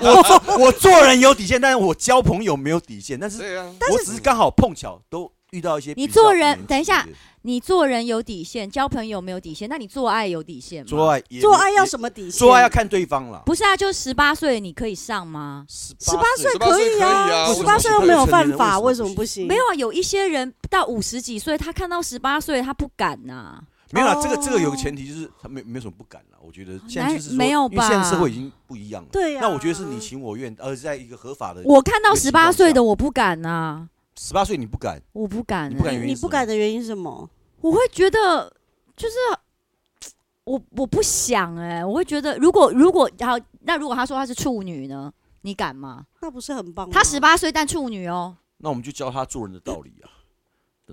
[SPEAKER 6] 我我做人有底线，但是我交朋友没有底线，但是
[SPEAKER 3] 对啊，
[SPEAKER 6] 我只是刚好碰巧都遇到一些
[SPEAKER 4] 你
[SPEAKER 6] 比较
[SPEAKER 4] 做人
[SPEAKER 6] 年轻
[SPEAKER 4] 等一下
[SPEAKER 6] 的
[SPEAKER 4] 你做人有底线，交朋友没有底线，那你做爱有底线吗？
[SPEAKER 6] 做爱也
[SPEAKER 5] 做爱要
[SPEAKER 6] 么？
[SPEAKER 5] 什么底线？
[SPEAKER 6] 做爱要看对方了，
[SPEAKER 4] 不是啊，就十八岁你可以上吗？
[SPEAKER 6] 十
[SPEAKER 5] 十八岁
[SPEAKER 3] 18
[SPEAKER 5] 可
[SPEAKER 3] 岁可以
[SPEAKER 5] 啊，
[SPEAKER 3] 啊
[SPEAKER 5] 十
[SPEAKER 3] 为什
[SPEAKER 5] 八
[SPEAKER 3] 么
[SPEAKER 5] 岁
[SPEAKER 6] 不
[SPEAKER 5] 又没有
[SPEAKER 6] 行成
[SPEAKER 5] 犯
[SPEAKER 6] 年人
[SPEAKER 5] 法，为
[SPEAKER 6] 为
[SPEAKER 5] 什
[SPEAKER 6] 什
[SPEAKER 5] 么
[SPEAKER 6] 么
[SPEAKER 5] 不
[SPEAKER 6] 不
[SPEAKER 5] 行？
[SPEAKER 4] 没有啊，有一些人到五十几岁，他看到十八岁他不敢啊呐、
[SPEAKER 6] 没有啦
[SPEAKER 5] 哦，
[SPEAKER 6] 这个这个有个前提就是他没没有什么不敢了，我觉得现在就是说
[SPEAKER 4] 没有
[SPEAKER 6] 因为现在
[SPEAKER 4] 吧
[SPEAKER 6] 社会已经不一样了。
[SPEAKER 5] 对啊
[SPEAKER 6] 那我觉得是你情我愿，而在一个合法的，
[SPEAKER 4] 我看到
[SPEAKER 6] 有情
[SPEAKER 4] 十
[SPEAKER 6] 况
[SPEAKER 4] 八
[SPEAKER 6] 下
[SPEAKER 4] 岁的我不敢呐、
[SPEAKER 6] 十八岁你不敢，
[SPEAKER 4] 我不敢、
[SPEAKER 6] 你不敢
[SPEAKER 4] 欸
[SPEAKER 6] 原
[SPEAKER 5] 你
[SPEAKER 6] 因
[SPEAKER 5] 不敢的原因是什么？
[SPEAKER 4] 我会觉得就是我我不想哎、我会觉得如果如果好，那如果他说他是处女呢，你敢吗？
[SPEAKER 5] 那不是很棒吗？
[SPEAKER 4] 他十八岁但处女哦，
[SPEAKER 6] 那我们就教他做人的道理啊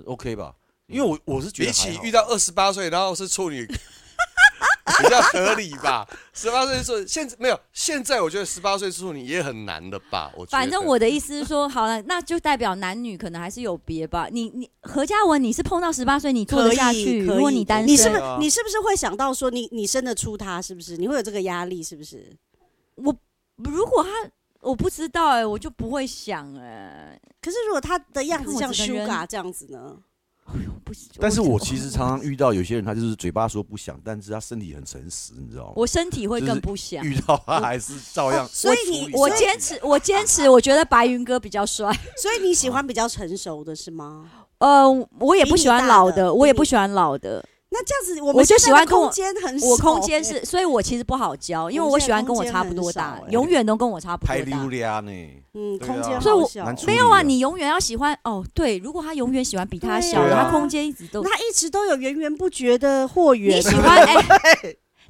[SPEAKER 6] ，OK 吧？因为我我是觉得
[SPEAKER 3] 比起
[SPEAKER 6] 还好
[SPEAKER 3] 遇到二十八岁然后是处女， <laughs> 比较合理吧。十八岁处现在没有，现在我觉得十八岁处女也很难的吧。我觉得
[SPEAKER 4] 反正我的意思是说，好了，那就代表男女可能还是有别吧。你你何嘉文，你是碰到十八岁你做
[SPEAKER 5] 可
[SPEAKER 4] 得
[SPEAKER 5] 以
[SPEAKER 4] 下去，
[SPEAKER 5] 可
[SPEAKER 4] 如果
[SPEAKER 5] 以
[SPEAKER 4] 你单身，
[SPEAKER 5] 你是不是
[SPEAKER 6] 对啊
[SPEAKER 5] 你是不是会想到说你你生得出他是不是？你会有这个压力是不是？
[SPEAKER 4] 我如果他我不知道哎、我就不会想哎、
[SPEAKER 5] 可是如果他的样子
[SPEAKER 4] 你看
[SPEAKER 5] 像
[SPEAKER 4] 我这个人
[SPEAKER 5] Suga 这样子呢？
[SPEAKER 4] 我不不行。
[SPEAKER 6] 但是我其实常常遇到有些人，他就是嘴巴说不想，但是他身体很诚实，你知道吗？
[SPEAKER 4] 我身体会
[SPEAKER 6] 就是
[SPEAKER 4] 更不想。哦
[SPEAKER 6] 遇到他还是照样。
[SPEAKER 5] 所以你
[SPEAKER 4] 我
[SPEAKER 5] 所以
[SPEAKER 4] 坚持，我坚持，我觉得白云哥比较帅。
[SPEAKER 5] 所以你喜欢比较成熟的是吗？
[SPEAKER 4] 呃，我也不喜欢老
[SPEAKER 5] 比你大
[SPEAKER 4] 的，
[SPEAKER 5] 的
[SPEAKER 4] 我也不喜欢老的。
[SPEAKER 5] 那这样子，我
[SPEAKER 4] 我
[SPEAKER 5] 们
[SPEAKER 4] 就
[SPEAKER 5] 现
[SPEAKER 4] 喜欢
[SPEAKER 5] 在的
[SPEAKER 4] 跟我
[SPEAKER 5] 空间很小，欸
[SPEAKER 4] 我空间是，所以我其实不好教，因为我
[SPEAKER 5] 我们
[SPEAKER 4] 喜欢跟我
[SPEAKER 5] 现在
[SPEAKER 4] 差不多
[SPEAKER 5] 空间
[SPEAKER 4] 大
[SPEAKER 5] 很，少欸
[SPEAKER 4] 永远都跟我差不
[SPEAKER 6] 拍
[SPEAKER 4] 多
[SPEAKER 6] 溜
[SPEAKER 4] 大。
[SPEAKER 6] 俩呢，
[SPEAKER 5] 嗯，
[SPEAKER 6] 对啊
[SPEAKER 5] 空间
[SPEAKER 4] 所以我
[SPEAKER 5] 好小
[SPEAKER 6] 难。处
[SPEAKER 4] 没
[SPEAKER 6] 理
[SPEAKER 4] 有啊，
[SPEAKER 6] 啊
[SPEAKER 4] 你永远要喜欢哦。对，如果他永远喜欢比他
[SPEAKER 5] 对
[SPEAKER 4] 小的，
[SPEAKER 6] 啊
[SPEAKER 4] 他空间一直都
[SPEAKER 5] 那一直都有源源不绝的货源，
[SPEAKER 4] 你喜 <laughs> 欢哎。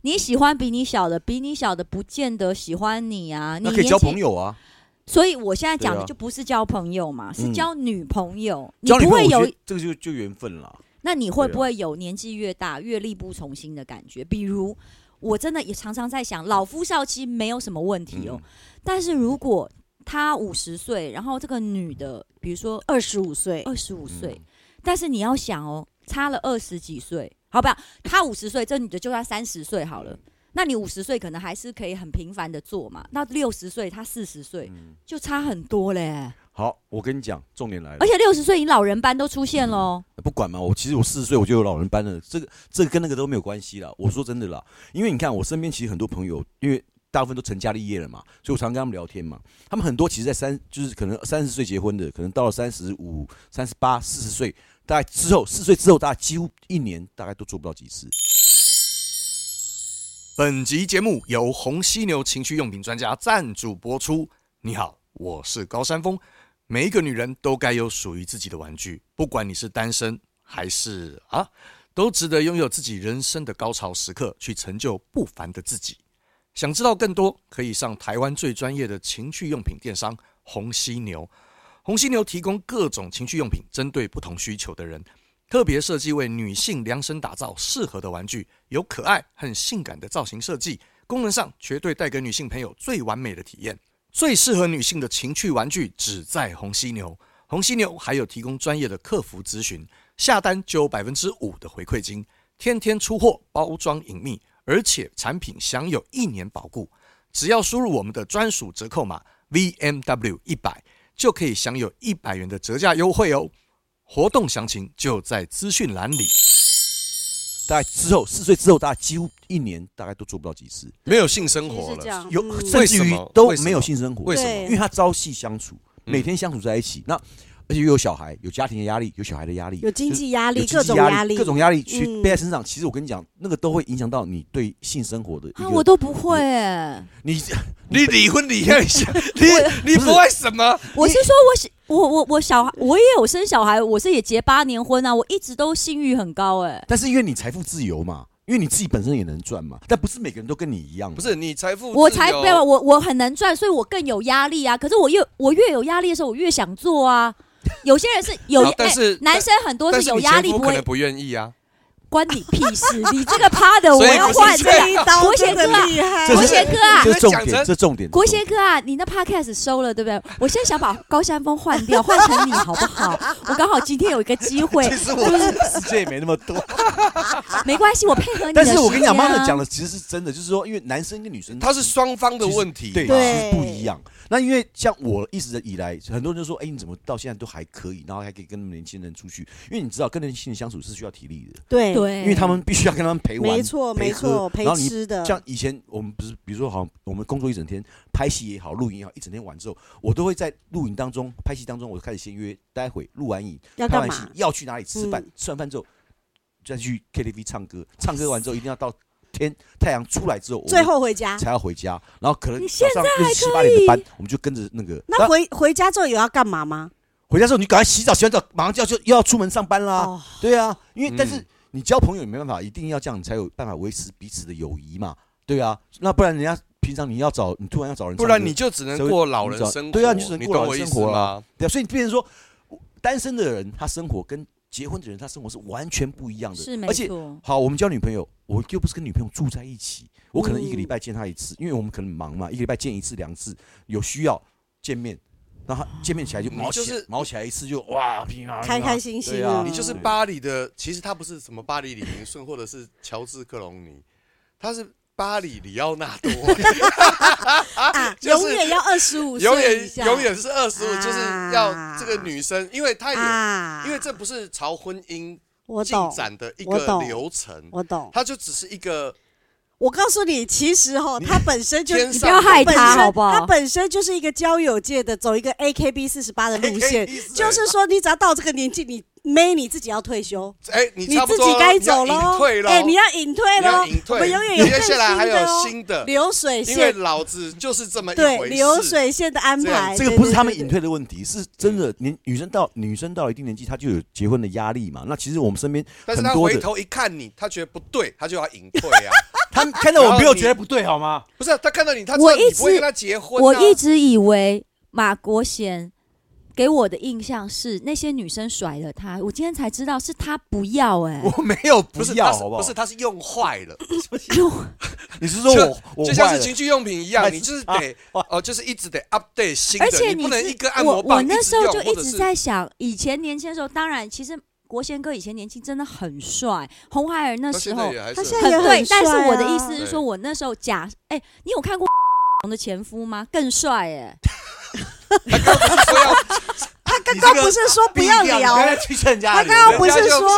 [SPEAKER 4] 你喜欢比你小的，比你小的不见得喜欢你啊。你
[SPEAKER 6] 那可以
[SPEAKER 4] 年
[SPEAKER 6] 交
[SPEAKER 4] 纪
[SPEAKER 6] 朋友啊。
[SPEAKER 4] 所以我现在讲
[SPEAKER 6] 对
[SPEAKER 4] 的
[SPEAKER 6] 啊
[SPEAKER 4] 就不是交朋友嘛，是
[SPEAKER 6] 嗯
[SPEAKER 4] 交女朋友。你
[SPEAKER 6] 交女
[SPEAKER 4] 不
[SPEAKER 6] 朋
[SPEAKER 4] 会
[SPEAKER 6] 友，我
[SPEAKER 4] 有
[SPEAKER 6] 觉得，这个就就缘分了。
[SPEAKER 4] 那你会
[SPEAKER 6] 对啊
[SPEAKER 4] 不会有年纪越大越力不从心的感觉？比如，我真的也常常在想，老夫少妻没有什么问题哦，
[SPEAKER 6] 嗯，
[SPEAKER 4] 但是如果他五十岁，然后这个女的，比如说
[SPEAKER 5] 二十五 <laughs> 岁，
[SPEAKER 4] 二十五岁，
[SPEAKER 6] 嗯
[SPEAKER 4] 但是你要想哦，差了二十几岁，好不
[SPEAKER 6] <laughs>
[SPEAKER 4] 好？他五十岁，这女的就算三十岁好了。那你五十岁可能还是可以很频繁的做嘛？那六十岁，他四十岁
[SPEAKER 6] 嗯
[SPEAKER 4] 就差很多嘞。
[SPEAKER 6] 好，我跟你讲，重点来了
[SPEAKER 4] 而。且六十岁，你老人班都出现喽。
[SPEAKER 6] 不管嘛，我其实我四十岁我就有老人斑了，这个这个跟那个都没有关系啦。我说真的啦，因为你看我身边其实很多朋友，因为大部分都成家立业了嘛，所以我常跟他们聊天嘛。他们很多其实，在三就是可能三十岁结婚的，可能到了三十五、三十八、四十岁，大概之后四十岁之后，大概几乎一年大概都做不到几次。
[SPEAKER 7] 本集节目由红犀牛情趣用品专家赞助播出。你好，我是高山峰。每一个女人都该有属于自己的玩具，不管你是单身还是啊，都值得拥有自己人生的高潮时刻，去成就不凡的自己。想知道更多，可以上台湾最专业的情趣用品电商红犀牛。红犀牛提供各种情趣用品，针对不同需求的人，特别设计为女性量身打造适合的玩具，有可爱和性感的造型设计，功能上绝对带给女性朋友最完美的体验。最适合女性的情趣玩具只在红犀牛。红犀牛还有提供专业的客服咨询，下单就有百分之五的回馈金，天天出货，包装隐秘，而且产品享有一年保固。只要输入我们的专属折扣码 VMW 一百，就可以享有一百元的折价优惠哦。活动详情就在资讯栏里。
[SPEAKER 6] 大概之后四十岁之后，大概几乎一年大概都做不到几次，
[SPEAKER 3] 没有性生
[SPEAKER 5] 其实
[SPEAKER 3] 活
[SPEAKER 5] 是这
[SPEAKER 3] 了，
[SPEAKER 5] 样，
[SPEAKER 6] 有
[SPEAKER 5] 嗯
[SPEAKER 6] 甚至
[SPEAKER 3] 为什
[SPEAKER 6] 于
[SPEAKER 3] 么
[SPEAKER 6] 都
[SPEAKER 3] 为什么
[SPEAKER 6] 没有性生活。
[SPEAKER 3] 为什
[SPEAKER 5] 对
[SPEAKER 3] 么？
[SPEAKER 6] 因为他朝夕相处，
[SPEAKER 3] 嗯
[SPEAKER 6] 每天相处在一起，那而且又有小孩，有家庭的压力，有小孩的压力，
[SPEAKER 5] 有经济压
[SPEAKER 6] 压
[SPEAKER 5] 力，
[SPEAKER 6] 各
[SPEAKER 5] 各种
[SPEAKER 6] 压
[SPEAKER 5] 力，
[SPEAKER 6] 各种压力去
[SPEAKER 5] 嗯
[SPEAKER 6] 背在身上。其实我跟你讲，那个都会影响到你对性生活的一
[SPEAKER 4] 啊，
[SPEAKER 3] 嗯
[SPEAKER 6] 个。
[SPEAKER 4] 我都不会欸、
[SPEAKER 6] 你
[SPEAKER 3] 你离婚离一下，你你
[SPEAKER 6] 不是
[SPEAKER 3] 不为什么？
[SPEAKER 4] 我是说我小，我我我小孩，我也有生小孩，我是也结八年婚啊，我一直都性欲很高哎、
[SPEAKER 6] 但是因为你财富自由嘛，因为你自己本身也能赚嘛，但不是每个人都跟你一样嘛。
[SPEAKER 3] 不哦是你财富，
[SPEAKER 4] 我才不要，，我我很能赚，所以我更有压力啊。可是我越我越有压力的时候，我越想做啊。有些
[SPEAKER 3] <laughs>
[SPEAKER 4] 人是有，
[SPEAKER 3] 好但
[SPEAKER 4] 哎
[SPEAKER 3] 是
[SPEAKER 4] 男生很多
[SPEAKER 3] 但
[SPEAKER 4] 是
[SPEAKER 3] 是
[SPEAKER 4] 有
[SPEAKER 3] 你
[SPEAKER 4] 压
[SPEAKER 3] 前
[SPEAKER 4] 力
[SPEAKER 3] 夫
[SPEAKER 4] 不
[SPEAKER 3] 可能
[SPEAKER 4] 会
[SPEAKER 3] 不愿意啊。
[SPEAKER 4] 关你屁事，你这个趴的我
[SPEAKER 3] 所以
[SPEAKER 4] 要
[SPEAKER 3] 不是
[SPEAKER 4] 换这
[SPEAKER 3] 这样
[SPEAKER 4] 个。
[SPEAKER 5] 这一刀
[SPEAKER 4] 国贤
[SPEAKER 5] 真的
[SPEAKER 4] 哥啊
[SPEAKER 5] 厉害，
[SPEAKER 6] 这
[SPEAKER 4] 国
[SPEAKER 6] 是
[SPEAKER 4] 贤哥啊，
[SPEAKER 6] 这是重
[SPEAKER 3] 讲真
[SPEAKER 6] 点，这重点。
[SPEAKER 4] 国贤哥啊，你那 podcast 收了对不对？我现在想把高山峰换掉，换成你好不好？我刚好今天有一个机
[SPEAKER 6] <laughs>
[SPEAKER 4] 会，
[SPEAKER 6] 其实我时间也没那么多，
[SPEAKER 4] 没关系，我配合你的
[SPEAKER 6] 但
[SPEAKER 4] 时间啊。
[SPEAKER 6] 是我跟你讲，妈的讲的其实是真的，就是说，因为男生跟女生
[SPEAKER 3] 他是双方的问题，
[SPEAKER 6] 对，
[SPEAKER 5] 吧
[SPEAKER 6] 其实不一样。那因为像我一直以来，很多人就说，哎、你怎么到现在都还可以，然后还可以跟那么年轻人出去？因为你知道，跟年轻人相处是需要体力的，
[SPEAKER 5] 对，
[SPEAKER 4] 对，
[SPEAKER 6] 因为他们必须要跟他们陪玩，
[SPEAKER 5] 没错
[SPEAKER 6] 陪
[SPEAKER 5] 没
[SPEAKER 6] 喝
[SPEAKER 5] 错，陪
[SPEAKER 6] 然后你
[SPEAKER 5] 吃的，
[SPEAKER 6] 像以前我们不是，比如说，好，像我们工作一整天，拍戏也好，录影也好，一整天完之后，我都会在录影当中、拍戏当中，我就开始先约，待会录完影、
[SPEAKER 5] 要
[SPEAKER 6] 拍
[SPEAKER 5] 干
[SPEAKER 6] 完戏
[SPEAKER 5] 嘛？
[SPEAKER 6] 要去哪里吃饭
[SPEAKER 5] 嗯，
[SPEAKER 6] 吃完饭之后再去 KTV 唱歌，唱歌完之后一定要到天太阳出来之后，我们
[SPEAKER 5] 最后啊回家。
[SPEAKER 6] 才要回家，然后可能
[SPEAKER 4] 你
[SPEAKER 6] 早
[SPEAKER 4] 现
[SPEAKER 6] 上又是十八点的班，我们就跟着那个。
[SPEAKER 3] 啊
[SPEAKER 5] 那
[SPEAKER 6] 当
[SPEAKER 5] 回回家之后有要干嘛吗？
[SPEAKER 6] 回家之后，你赶快洗澡，洗完澡马上就要就又要出门上班啦。
[SPEAKER 5] 哦，
[SPEAKER 6] 对啊，因为、
[SPEAKER 3] 嗯
[SPEAKER 6] 但是你交朋友也没办法，一定要这样，你才有办法维持彼此的友谊嘛。对啊，那不然人家平常你要找你突然要找人唱
[SPEAKER 3] 不
[SPEAKER 6] 歌，
[SPEAKER 3] 然你就只能
[SPEAKER 6] 所以
[SPEAKER 3] 过老人
[SPEAKER 6] 你找
[SPEAKER 3] 生活。
[SPEAKER 6] 对啊你就只能过老
[SPEAKER 3] 懂我
[SPEAKER 6] 人
[SPEAKER 3] 意
[SPEAKER 6] 生活
[SPEAKER 3] 思
[SPEAKER 6] 啊
[SPEAKER 3] 吗？
[SPEAKER 6] 对啊，所以变成说，单身的人他生活跟结婚的人他生活是完全不一样的，
[SPEAKER 4] 是没
[SPEAKER 6] 而且
[SPEAKER 4] 错。
[SPEAKER 6] 好，我们交女朋友，我又不是跟女朋友住在一起，我可能一个
[SPEAKER 5] 嗯
[SPEAKER 6] 礼拜见她一次，因为我们可能忙嘛，一个礼拜见一次两次，有需要见面，然后见面起来就
[SPEAKER 3] 你
[SPEAKER 6] 毛起来，
[SPEAKER 3] 嗯就是
[SPEAKER 6] 毛起来一次就哇，平安
[SPEAKER 5] 开开心哦心
[SPEAKER 6] 对啊
[SPEAKER 5] 的，
[SPEAKER 3] 你就是巴黎的，其实他不是什么巴黎李明顺或者是乔治克隆尼，他是巴黎里奥纳多，
[SPEAKER 5] 啊，
[SPEAKER 3] 就是
[SPEAKER 5] 永远要二十五
[SPEAKER 3] <laughs> 永
[SPEAKER 5] 岁以
[SPEAKER 3] 远
[SPEAKER 5] 下，
[SPEAKER 3] 永远是二十五，
[SPEAKER 5] 啊
[SPEAKER 3] 就是要这个女生，因为她也
[SPEAKER 5] 啊，
[SPEAKER 3] 因为这不是朝婚姻
[SPEAKER 5] 我
[SPEAKER 3] 进
[SPEAKER 5] 懂，
[SPEAKER 3] 展的一
[SPEAKER 5] 我
[SPEAKER 3] 个
[SPEAKER 5] 懂
[SPEAKER 3] 流程，
[SPEAKER 5] 我懂。
[SPEAKER 3] 它就只是一个
[SPEAKER 5] 我告诉你，其实哈，他本身就
[SPEAKER 3] 天
[SPEAKER 4] 你
[SPEAKER 3] 上
[SPEAKER 4] 不要害
[SPEAKER 5] 本
[SPEAKER 4] 他
[SPEAKER 5] 身
[SPEAKER 4] 好不好
[SPEAKER 5] 他？本身就是一个交友界的走一个 AKB 四十八的路线
[SPEAKER 3] AKB48，
[SPEAKER 5] 就是说你只要到这个年纪，你妹你自己要退休，
[SPEAKER 3] 哎，你
[SPEAKER 5] 你
[SPEAKER 3] 差不
[SPEAKER 5] 自
[SPEAKER 3] 多
[SPEAKER 5] 己该
[SPEAKER 3] 你要
[SPEAKER 5] 走
[SPEAKER 3] 隐退喽，
[SPEAKER 5] 喽。哎，你要隐退
[SPEAKER 3] 你要
[SPEAKER 5] 喽
[SPEAKER 3] 隐，
[SPEAKER 5] 我们
[SPEAKER 3] 退，
[SPEAKER 5] 永远有
[SPEAKER 3] 接
[SPEAKER 5] 更
[SPEAKER 3] 下来还有
[SPEAKER 5] 新
[SPEAKER 3] 新的
[SPEAKER 5] 的哦，流水
[SPEAKER 3] 因为
[SPEAKER 5] 线，
[SPEAKER 3] 老子就是这么一
[SPEAKER 5] <laughs> 对
[SPEAKER 3] 回事。
[SPEAKER 5] 流水线的安
[SPEAKER 3] 这样
[SPEAKER 5] 排。
[SPEAKER 6] 这个
[SPEAKER 5] 哎对
[SPEAKER 6] 不是他们
[SPEAKER 5] 对对嗯
[SPEAKER 6] 隐退的问题，是真的。年女生到女生到了一定年纪，她就有结婚的压力嘛。那其实我们身边
[SPEAKER 3] 但是
[SPEAKER 6] 很
[SPEAKER 3] 他
[SPEAKER 6] 多
[SPEAKER 3] 回
[SPEAKER 6] 的，
[SPEAKER 3] 头一看你，他觉得不对，他就要隐退啊。
[SPEAKER 6] 他看到
[SPEAKER 3] 然
[SPEAKER 6] 我
[SPEAKER 3] 后
[SPEAKER 6] 没有
[SPEAKER 3] 你
[SPEAKER 6] 觉得不对好
[SPEAKER 3] <laughs>
[SPEAKER 6] 吗？
[SPEAKER 3] 不是啊、他看到你，他知
[SPEAKER 4] 我
[SPEAKER 3] 道你
[SPEAKER 4] 一
[SPEAKER 3] 不会
[SPEAKER 4] 直
[SPEAKER 3] 跟他结婚、啊。
[SPEAKER 4] 我一直以为马国贤给我的印象是那些女生甩了他，我今天才知道是他不要哎、
[SPEAKER 6] 我没有不
[SPEAKER 3] 不是
[SPEAKER 6] 要
[SPEAKER 3] 他是
[SPEAKER 6] 好不好？
[SPEAKER 3] 不是，他是用坏了，
[SPEAKER 6] 你是说
[SPEAKER 3] 就
[SPEAKER 6] 我我
[SPEAKER 3] 就像
[SPEAKER 6] 坏
[SPEAKER 3] 是
[SPEAKER 6] 了
[SPEAKER 3] 情趣用品一样，你就是得
[SPEAKER 6] 啊
[SPEAKER 3] 哦，就是一直得 update 新的，
[SPEAKER 4] 而 <laughs> 且
[SPEAKER 3] 你不能
[SPEAKER 4] 是
[SPEAKER 3] 一个按
[SPEAKER 4] 我
[SPEAKER 3] 摩棒
[SPEAKER 4] 我那时候就
[SPEAKER 3] 一
[SPEAKER 4] 一
[SPEAKER 3] 直用
[SPEAKER 4] 直，
[SPEAKER 3] 或者
[SPEAKER 4] 在想，以前年轻的时候，当然其实国贤哥以前年轻真的很帅，红孩儿那
[SPEAKER 3] 是他
[SPEAKER 4] 时
[SPEAKER 3] 现
[SPEAKER 4] 候
[SPEAKER 3] 在也还
[SPEAKER 5] 他
[SPEAKER 3] 是
[SPEAKER 5] 现在
[SPEAKER 4] 很
[SPEAKER 5] 也
[SPEAKER 4] 对，
[SPEAKER 5] 很
[SPEAKER 4] 但是我的
[SPEAKER 5] 帅啊
[SPEAKER 4] 意思是说，我那时候假哎、你有看过 <laughs> 的前夫吗？更帅哎、
[SPEAKER 5] 他刚刚不是说不要
[SPEAKER 6] 不一样
[SPEAKER 5] 聊
[SPEAKER 6] 你，不要去趁人家
[SPEAKER 5] 他
[SPEAKER 6] 的
[SPEAKER 5] 刚刚
[SPEAKER 6] 脸
[SPEAKER 5] 不
[SPEAKER 3] 人
[SPEAKER 5] 是
[SPEAKER 3] 家就
[SPEAKER 5] 说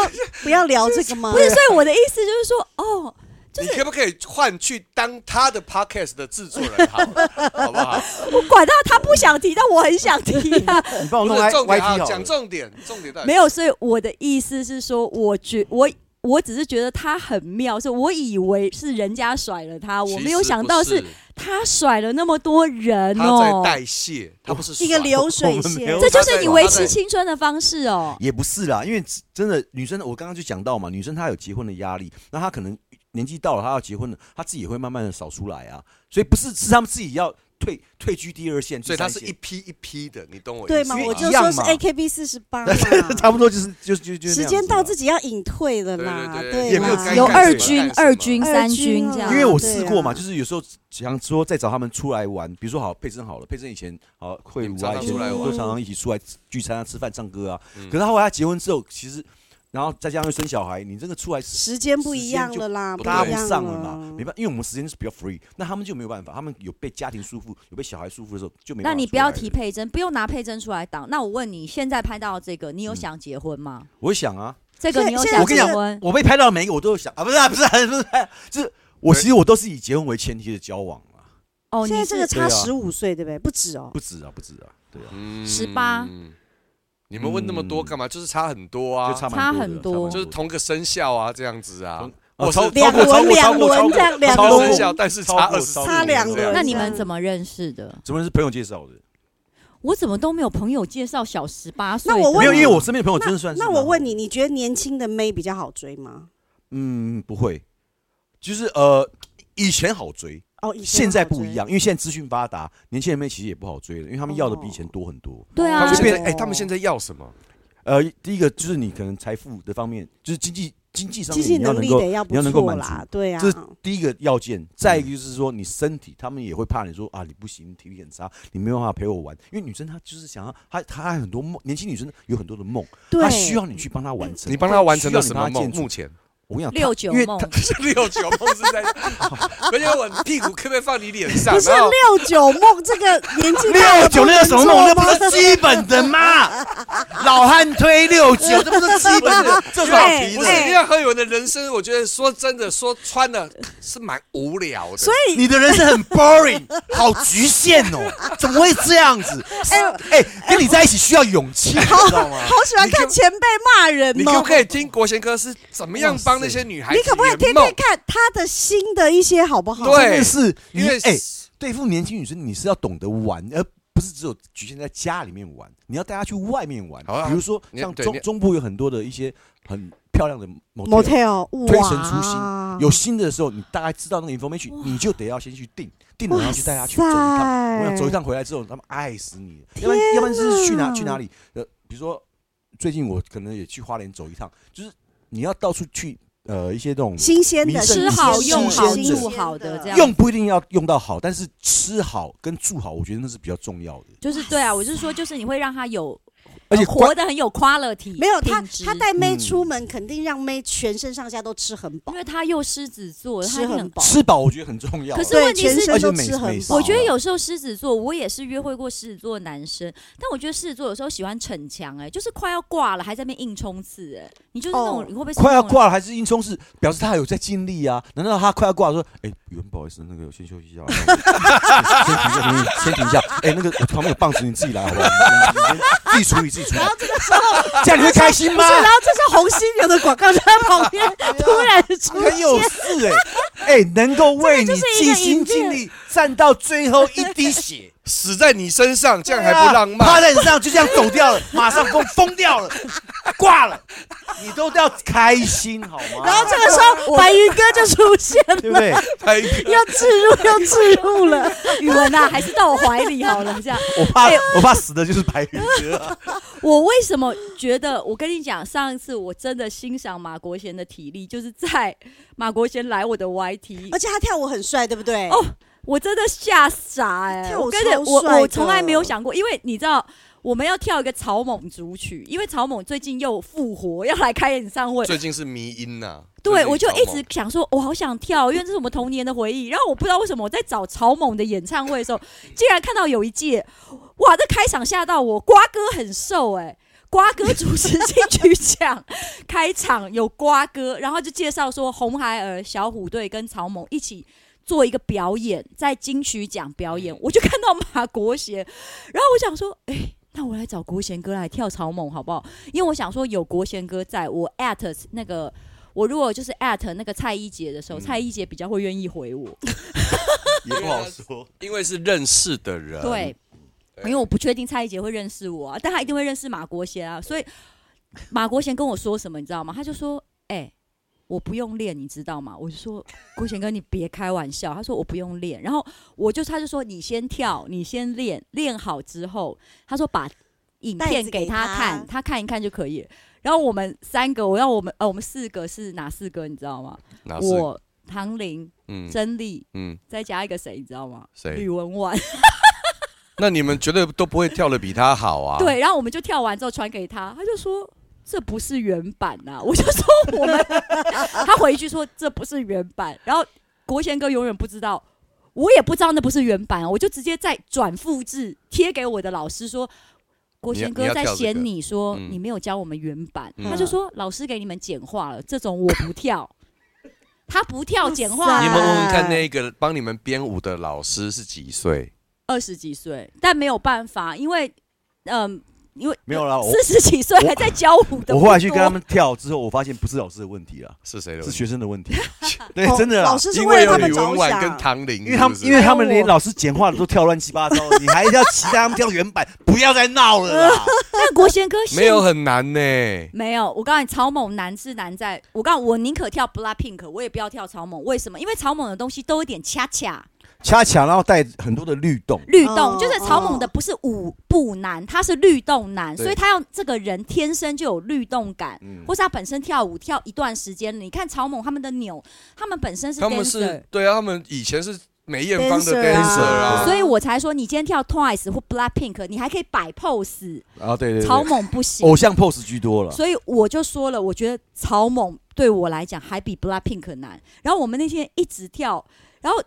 [SPEAKER 5] 不要聊这个吗？
[SPEAKER 4] 不是，所以我的意思就是说，哦，
[SPEAKER 3] 你可不可以换去当他的 podcast 的制作人好了，好不好？
[SPEAKER 4] 我管他，他不想提，但我很想提啊。
[SPEAKER 3] <laughs>
[SPEAKER 6] 你帮我
[SPEAKER 3] 不
[SPEAKER 6] 弄
[SPEAKER 3] 是
[SPEAKER 6] 来
[SPEAKER 3] 重点啊，
[SPEAKER 6] YT 好
[SPEAKER 3] 讲
[SPEAKER 6] 了。
[SPEAKER 3] 重点，重点在
[SPEAKER 4] 没有，所以我的意思是说，我觉我我只是觉得他很妙，所以我以为是人家甩了他，我没有想到
[SPEAKER 3] 其实
[SPEAKER 4] 是
[SPEAKER 3] 不是
[SPEAKER 4] 他甩了那么多人
[SPEAKER 3] 他在
[SPEAKER 4] 哦。
[SPEAKER 3] 代谢，他不是
[SPEAKER 5] 一个
[SPEAKER 3] 爽
[SPEAKER 5] 流水
[SPEAKER 6] 我们没
[SPEAKER 5] 线
[SPEAKER 6] 有。
[SPEAKER 4] 这就是你维持青春的方式哦。
[SPEAKER 6] 也不是啦，因为真的女生，我刚刚就讲到嘛，女生她有结婚的压力，那她可能年纪到了，她要结婚了，她自己也会慢慢的少出来啊，所以不是是她们自己要退退居第二线，
[SPEAKER 3] 所以
[SPEAKER 6] 第
[SPEAKER 3] 他
[SPEAKER 6] 三
[SPEAKER 3] 是一
[SPEAKER 6] 线
[SPEAKER 3] 批一批的，你懂我意思
[SPEAKER 5] 对嘛，
[SPEAKER 6] 因为
[SPEAKER 5] 我
[SPEAKER 6] 一
[SPEAKER 5] 就
[SPEAKER 6] 样
[SPEAKER 5] 说是
[SPEAKER 6] 嘛
[SPEAKER 5] AKB 四十八
[SPEAKER 6] <laughs> 差不多就是就就就
[SPEAKER 5] 时间到自
[SPEAKER 6] 自己。
[SPEAKER 5] 己要隐退了啦，
[SPEAKER 3] 对对对
[SPEAKER 5] 对啦，
[SPEAKER 6] 也没有该
[SPEAKER 4] 有
[SPEAKER 6] 干
[SPEAKER 4] 二
[SPEAKER 6] 什么
[SPEAKER 4] 军、
[SPEAKER 3] 干什么
[SPEAKER 4] 二军、
[SPEAKER 5] 二
[SPEAKER 4] 三
[SPEAKER 5] 军
[SPEAKER 4] 军
[SPEAKER 5] 啊
[SPEAKER 4] 这样，
[SPEAKER 6] 因为我
[SPEAKER 5] 对
[SPEAKER 6] 试过嘛，
[SPEAKER 5] 啊
[SPEAKER 6] 就是有时候想说再找他们出来玩，比如说好佩珍好了，佩珍以前好会舞
[SPEAKER 3] 常
[SPEAKER 6] 啊，
[SPEAKER 3] 常
[SPEAKER 6] 以前
[SPEAKER 3] 出来玩
[SPEAKER 6] 都常常一起出来聚餐啊、吃饭、唱歌啊。可是后来她结婚之后，其实然后再加上又生小孩，你这个出来
[SPEAKER 5] 时间不一样了啦，
[SPEAKER 3] 时间就
[SPEAKER 6] 搭
[SPEAKER 5] 一
[SPEAKER 6] 不
[SPEAKER 5] 样啊
[SPEAKER 6] 上了嘛，没办法，因为我们时间是比较 free，那他们就没有办法，他们有被家庭束缚，有被小孩束缚的时候就没
[SPEAKER 4] 那
[SPEAKER 6] 办法出来了。
[SPEAKER 4] 你不要提佩珍，不用拿佩珍出来挡。那我问你，现在拍到这个，
[SPEAKER 6] 嗯
[SPEAKER 4] 你有想结婚吗？
[SPEAKER 6] 我想啊，
[SPEAKER 4] 这个你有
[SPEAKER 5] 现
[SPEAKER 4] 想
[SPEAKER 6] 我跟你
[SPEAKER 4] 结
[SPEAKER 6] 讲
[SPEAKER 4] 婚？
[SPEAKER 6] 我被拍到的每一个我都有想啊，不是啊，不是啊，不是啊，就是我
[SPEAKER 3] 对
[SPEAKER 6] 其实我都是以结婚为前提的交往啊，
[SPEAKER 4] 哦，
[SPEAKER 5] 现
[SPEAKER 4] 你
[SPEAKER 5] 在这
[SPEAKER 4] 是
[SPEAKER 5] 个差
[SPEAKER 6] 对啊
[SPEAKER 5] 十五岁，对不对？不止哦
[SPEAKER 6] 不，止啊，不止啊，对啊，
[SPEAKER 3] 嗯
[SPEAKER 4] 18
[SPEAKER 3] 你们问那么多干嘛？就是差很多啊，
[SPEAKER 6] 就差
[SPEAKER 4] 差
[SPEAKER 6] 蛮
[SPEAKER 4] 很
[SPEAKER 6] 的
[SPEAKER 4] 多
[SPEAKER 6] 蛮
[SPEAKER 3] 就是同个生肖啊，这样子啊
[SPEAKER 6] 嗯同，
[SPEAKER 3] 我
[SPEAKER 6] 哦
[SPEAKER 3] 是
[SPEAKER 6] 超
[SPEAKER 3] 同
[SPEAKER 6] 超
[SPEAKER 5] 两
[SPEAKER 6] 过超
[SPEAKER 5] 轮
[SPEAKER 6] 过超
[SPEAKER 5] 两
[SPEAKER 6] 过超
[SPEAKER 5] 轮
[SPEAKER 6] 过
[SPEAKER 5] 这样，
[SPEAKER 3] 个
[SPEAKER 5] 两
[SPEAKER 6] 超过
[SPEAKER 3] 生
[SPEAKER 5] 轮
[SPEAKER 3] 肖，但是
[SPEAKER 6] 超
[SPEAKER 3] 差
[SPEAKER 6] 过
[SPEAKER 3] 二十，
[SPEAKER 5] 差两轮
[SPEAKER 4] 那你们怎么认识的？
[SPEAKER 6] 怎么是朋友介绍的？
[SPEAKER 4] 我怎么都没有朋友介绍小十八岁
[SPEAKER 5] 那
[SPEAKER 4] 的？
[SPEAKER 5] 我问
[SPEAKER 6] 没有，
[SPEAKER 5] 你
[SPEAKER 6] 因为我身边的朋友真的算是
[SPEAKER 5] 那
[SPEAKER 6] 蛮
[SPEAKER 5] 我
[SPEAKER 6] 好
[SPEAKER 5] 问
[SPEAKER 6] 的
[SPEAKER 5] 你，，你觉得年轻的妹比较好追吗？
[SPEAKER 6] 嗯，不会，就是呃，以前好追，
[SPEAKER 5] 哦，以前
[SPEAKER 6] 现在
[SPEAKER 5] 好追
[SPEAKER 6] 不一，样，因为现在资讯发达，年轻人们其实也不好追了，因为他们要的比以前多很多。
[SPEAKER 4] 对
[SPEAKER 3] 他
[SPEAKER 4] 啊
[SPEAKER 3] 们，现在
[SPEAKER 5] 哦
[SPEAKER 3] 哎，他们现在要什么？
[SPEAKER 6] 呃，第一个就是你可能财富的方面，就是经济经济上
[SPEAKER 5] 经
[SPEAKER 6] 面
[SPEAKER 5] 济
[SPEAKER 6] 你要
[SPEAKER 5] 能
[SPEAKER 6] 能
[SPEAKER 5] 力
[SPEAKER 6] 够
[SPEAKER 5] 得要
[SPEAKER 6] 你
[SPEAKER 5] 不
[SPEAKER 6] 要能够
[SPEAKER 5] 错
[SPEAKER 6] 满
[SPEAKER 5] 啦
[SPEAKER 6] 足，，
[SPEAKER 5] 对啊
[SPEAKER 6] 这，是第一个要件。再一个就是说你身体，他们也会怕你说啊，你不行，你体力很差，你没有办法陪我玩。因为女生她就是想要，她她还有很多梦，年轻女生有很多的梦，
[SPEAKER 5] 对，
[SPEAKER 6] 她需要你去帮她完成。
[SPEAKER 3] 你帮他完成了什
[SPEAKER 6] 需要
[SPEAKER 3] 么
[SPEAKER 6] 你帮她建
[SPEAKER 3] 梦？
[SPEAKER 6] 筑
[SPEAKER 3] 目前
[SPEAKER 6] 我跟你讲，
[SPEAKER 4] 六
[SPEAKER 6] 她
[SPEAKER 4] 九
[SPEAKER 6] 因为
[SPEAKER 4] 梦
[SPEAKER 6] 她
[SPEAKER 3] 六九梦是在，而且我屁股可不可以放你脸上？
[SPEAKER 5] 不是
[SPEAKER 3] 然后
[SPEAKER 5] 六九梦这个年纪大
[SPEAKER 6] 六
[SPEAKER 5] 了
[SPEAKER 6] 九那个什么梦，那
[SPEAKER 5] 不
[SPEAKER 6] 不
[SPEAKER 5] 能做
[SPEAKER 6] 是
[SPEAKER 5] 吗
[SPEAKER 6] 基本的
[SPEAKER 4] <laughs>
[SPEAKER 6] 吗？老汉推六九，这不是基本
[SPEAKER 4] <laughs>
[SPEAKER 5] <laughs>
[SPEAKER 6] 的，这是好
[SPEAKER 5] 哎
[SPEAKER 6] 题
[SPEAKER 3] 不
[SPEAKER 6] 的
[SPEAKER 3] 是，
[SPEAKER 5] 哎
[SPEAKER 3] 因为何勇的人生，我觉得说真的，说穿了是蛮无聊的。
[SPEAKER 5] 所以
[SPEAKER 6] 你的人生很 boring，好局限哦，怎么会这样
[SPEAKER 4] <laughs>
[SPEAKER 6] 子？哎哎，跟你在一起需要勇气，你知道吗？
[SPEAKER 5] 好喜欢看前辈骂人哦。
[SPEAKER 3] 你可不可以听国贤哥是怎么样帮那些女孩子
[SPEAKER 5] 你可不可以听
[SPEAKER 3] 圆梦
[SPEAKER 5] 听看他的新的一些好不好？
[SPEAKER 3] 对
[SPEAKER 6] 真的是你
[SPEAKER 3] 因为
[SPEAKER 6] 哎，对付年轻女生，你是要懂得玩，而不是只有局限在家里面玩，你要带她去外面玩
[SPEAKER 3] 好啊。
[SPEAKER 6] 比如说
[SPEAKER 3] 你
[SPEAKER 6] 像
[SPEAKER 3] 对
[SPEAKER 6] 中
[SPEAKER 3] 你
[SPEAKER 6] 中部有很多的一些很漂亮的 motel，
[SPEAKER 5] motel
[SPEAKER 6] 推陈出新
[SPEAKER 5] 哇
[SPEAKER 6] 有新的时候，你大概知道那个 information，你就得要先去定，定了然后去带她去走一
[SPEAKER 5] 哇
[SPEAKER 6] 趟。
[SPEAKER 5] 塞
[SPEAKER 6] 我想走一趟回来之后，他们爱死你了。要不然，要不然就是去哪去哪里？呃，比如说最近我可能也去花莲走一趟，就是你要到处去呃一些那种
[SPEAKER 5] 新鲜的
[SPEAKER 6] 民生
[SPEAKER 4] 吃
[SPEAKER 5] 新
[SPEAKER 4] 好
[SPEAKER 5] 鲜
[SPEAKER 4] 用
[SPEAKER 5] 的
[SPEAKER 4] 好
[SPEAKER 5] 新鲜
[SPEAKER 4] 住好的这样。
[SPEAKER 6] 用不一定要用到好，但是吃好跟住好，我觉得那是比较重要的。
[SPEAKER 4] 就是对啊，我是说，就是你会让他有
[SPEAKER 6] 而
[SPEAKER 5] 呃
[SPEAKER 6] 且
[SPEAKER 4] 活得很有 quality，
[SPEAKER 5] 没有他
[SPEAKER 4] 品，质
[SPEAKER 5] 他带妹
[SPEAKER 6] 嗯
[SPEAKER 5] 出门，肯定让妹全身上下都吃很饱
[SPEAKER 4] 因，为他又狮子座，他
[SPEAKER 5] 吃
[SPEAKER 4] 一定
[SPEAKER 5] 很饱。
[SPEAKER 6] 吃饱我觉得很重要啊。
[SPEAKER 4] 可是
[SPEAKER 5] 对，
[SPEAKER 4] 问题
[SPEAKER 5] 全
[SPEAKER 4] 是
[SPEAKER 5] 身都
[SPEAKER 6] 而且美
[SPEAKER 5] 吃很
[SPEAKER 6] 美
[SPEAKER 5] 饱。
[SPEAKER 4] 我觉得有时候狮子座，我也是约会过狮子座的男生，但我觉得狮子座有时候喜欢逞强，哎，就是快要挂了还在那边硬冲刺，哎，你就是那种、
[SPEAKER 5] 哦
[SPEAKER 4] 你会不会是
[SPEAKER 6] 快要
[SPEAKER 4] 那种
[SPEAKER 6] 挂了还是硬冲是表示他有在尽力啊？难道他快要挂了说，哎、宇文不好意思，那个我先休息一下， <laughs> 先停一下，先停一下。哎、那个我旁边有棒子，你自己来好不好？你你你自己处理，自
[SPEAKER 4] <laughs>
[SPEAKER 6] 己处理。这样你会开心吗
[SPEAKER 5] 不？是，然后这是红犀牛的广告，在旁边 <laughs> 突然出
[SPEAKER 6] <laughs> 很有
[SPEAKER 5] 现，
[SPEAKER 6] 事哎、哎、能够为你
[SPEAKER 4] 这个就是一
[SPEAKER 6] 尽
[SPEAKER 4] 个
[SPEAKER 6] 心
[SPEAKER 4] 影片
[SPEAKER 6] 尽力，站到最后一滴血，
[SPEAKER 3] 死在你身上， <laughs> 这样还
[SPEAKER 6] 对啊
[SPEAKER 3] 不浪
[SPEAKER 6] 趴
[SPEAKER 3] 漫？
[SPEAKER 6] 在你身上就这样走掉了，马上疯疯
[SPEAKER 4] <laughs>
[SPEAKER 6] 掉了，挂了，你都要开心好吗？
[SPEAKER 5] 然后这个时候白云哥就出现
[SPEAKER 6] 对不
[SPEAKER 5] 了，
[SPEAKER 6] 对？
[SPEAKER 3] 拍一个
[SPEAKER 5] 又置 <laughs> 入又置入了。
[SPEAKER 4] 语文啊，还是到我怀里好了，这样。
[SPEAKER 6] 我怕、我怕死的就是白宇哥、
[SPEAKER 4] 我为什么觉得？我跟你讲，上一次我真的欣赏马国贤的体力，就是在马国贤来我的 YT，
[SPEAKER 5] <laughs> 而且他跳舞很帅，对不对？
[SPEAKER 4] 哦我真的吓傻哎、
[SPEAKER 5] 跳舞
[SPEAKER 4] 我跟着
[SPEAKER 5] 超
[SPEAKER 4] 我
[SPEAKER 5] 帅的
[SPEAKER 4] 我从来没有想过，因为你知道。我们要跳一个草蜢组曲，因为草蜢最近又复活，要来开演唱会。
[SPEAKER 3] 最近是迷音呐、
[SPEAKER 4] 对，我
[SPEAKER 3] 最
[SPEAKER 4] 就
[SPEAKER 3] 近
[SPEAKER 4] 一
[SPEAKER 3] 超
[SPEAKER 4] 直想说，我好想跳，因为这是我们童年的回忆。然后我不知道为什么我在找草蜢的演唱会的时候，竟然看到有一届，哇，这开场吓到我，瓜哥很瘦哎、瓜哥主持金曲奖开场有瓜哥，然后就介绍说红孩儿、小虎队跟草蜢一起做一个表演，在金曲奖表演， <laughs> 我就看到马国贤，然后我想说，哎、那我来找国贤哥来跳草蜢好不好？因为我想说有国贤哥在，我 at 那个我如果就是 at 那个蔡一杰的时候，蔡一杰比较会愿意回我。
[SPEAKER 6] 也不好说。
[SPEAKER 3] 猛因为是认识的
[SPEAKER 4] <laughs>
[SPEAKER 3] 人，
[SPEAKER 4] 对，因为我不确定蔡一杰会认识我啊，但他一定会认识马国贤啊。所以马国贤跟我说什么，你知道吗？他就说：“哎、我不用练，你知道吗？”我就说：“国贤哥，你别开玩笑。”他说：“我不用练。”然后我就他就说：“你先跳，你先练，练好之后，他说把影
[SPEAKER 5] 袋
[SPEAKER 4] 片
[SPEAKER 5] 子
[SPEAKER 4] 给
[SPEAKER 5] 给
[SPEAKER 4] 他
[SPEAKER 5] 他
[SPEAKER 4] 看，他看一看就可以了。”然后我们三个，我要我们呃，我们四个是哪四个？你知道吗？
[SPEAKER 3] 哪是
[SPEAKER 4] 我唐玲、
[SPEAKER 3] 嗯
[SPEAKER 4] 曾丽，
[SPEAKER 3] 嗯
[SPEAKER 4] 再加一个谁，你知道吗？吕
[SPEAKER 3] 谁？
[SPEAKER 4] 文婉。
[SPEAKER 3] 那你们绝对都不会跳的比他好啊。，
[SPEAKER 4] 对，然后我们就跳完之后传给他，他就说这不是原版呐、 <laughs> 我就说我们， <laughs> 他回一句说这不是原版，然后国贤哥永远不知道。我也不知道那不是原版啊，我就直接再转复制贴给我的老师说，国
[SPEAKER 3] 你要
[SPEAKER 4] 贤
[SPEAKER 3] 你
[SPEAKER 4] 哥
[SPEAKER 3] 要
[SPEAKER 4] 在
[SPEAKER 3] 跳这个
[SPEAKER 4] 嫌你说
[SPEAKER 3] 嗯
[SPEAKER 4] 你没有教我们原版，
[SPEAKER 3] 嗯
[SPEAKER 4] 他就说老师给你们简化了，这种我不跳，他不跳简化
[SPEAKER 5] 哇
[SPEAKER 3] 你
[SPEAKER 5] 塞
[SPEAKER 3] 们问问看，
[SPEAKER 5] 哎
[SPEAKER 3] 那个帮你们编舞的老师是几岁？
[SPEAKER 4] 二十几岁，但没有办法，因为嗯、因为
[SPEAKER 6] 没有啊啦，我
[SPEAKER 4] 四十几岁还在教舞的，
[SPEAKER 6] 我后来去跟他们跳之后，我发现不是老师的问题啊，
[SPEAKER 3] 是谁的
[SPEAKER 6] 是
[SPEAKER 3] 问题？
[SPEAKER 6] 学生的问题。啊
[SPEAKER 4] <laughs>
[SPEAKER 6] 对，
[SPEAKER 5] 哦
[SPEAKER 6] 哎真的啦
[SPEAKER 5] 老，师是
[SPEAKER 3] 因
[SPEAKER 5] 为
[SPEAKER 3] 为
[SPEAKER 5] 了
[SPEAKER 3] 有
[SPEAKER 5] 他
[SPEAKER 3] 李
[SPEAKER 5] 们
[SPEAKER 3] 文
[SPEAKER 5] 着
[SPEAKER 3] 婉跟
[SPEAKER 5] 想。
[SPEAKER 3] 唐玲，
[SPEAKER 6] 因为他们
[SPEAKER 3] 是不是
[SPEAKER 6] 因为他们连老师简化的都跳乱七八糟，
[SPEAKER 4] <laughs>
[SPEAKER 6] 你还要期待他们跳原版，不要再闹了啦。
[SPEAKER 4] 但国贤哥
[SPEAKER 3] 没有
[SPEAKER 4] 现
[SPEAKER 3] 很难呢。
[SPEAKER 4] 没有，我告诉你，草蜢难是难在，我告诉你，我宁可跳 Blackpink，我也不要跳草蜢。为什么？因为草蜢的东西都有点恰恰
[SPEAKER 6] 恰恰然后带很多的律动，
[SPEAKER 4] 律动，
[SPEAKER 5] 哦
[SPEAKER 4] 就是草蜢的不是舞步难，它是律动难，
[SPEAKER 3] 对
[SPEAKER 4] 所以他要这个人天生就有律动感，
[SPEAKER 6] 嗯
[SPEAKER 4] 或是他本身跳舞跳一段时间，你看草蜢他们的扭，他们本身是
[SPEAKER 3] 他们
[SPEAKER 4] dancer
[SPEAKER 3] 是。对啊，他们以前是梅艳芳的
[SPEAKER 5] Dancer 啊
[SPEAKER 3] dancer 啊，
[SPEAKER 4] 所以我才说，你今天跳 Twice 或 Blackpink，你还可以摆 pose，
[SPEAKER 6] 啊，对对对
[SPEAKER 4] 草
[SPEAKER 6] 对，
[SPEAKER 4] 蜢不行。
[SPEAKER 3] 哦
[SPEAKER 6] 偶像 pose 居多了。
[SPEAKER 4] 所以我就说了，我觉得草蜢对我来讲还比 BLACKPINK 难。然后我们那天一直跳，然后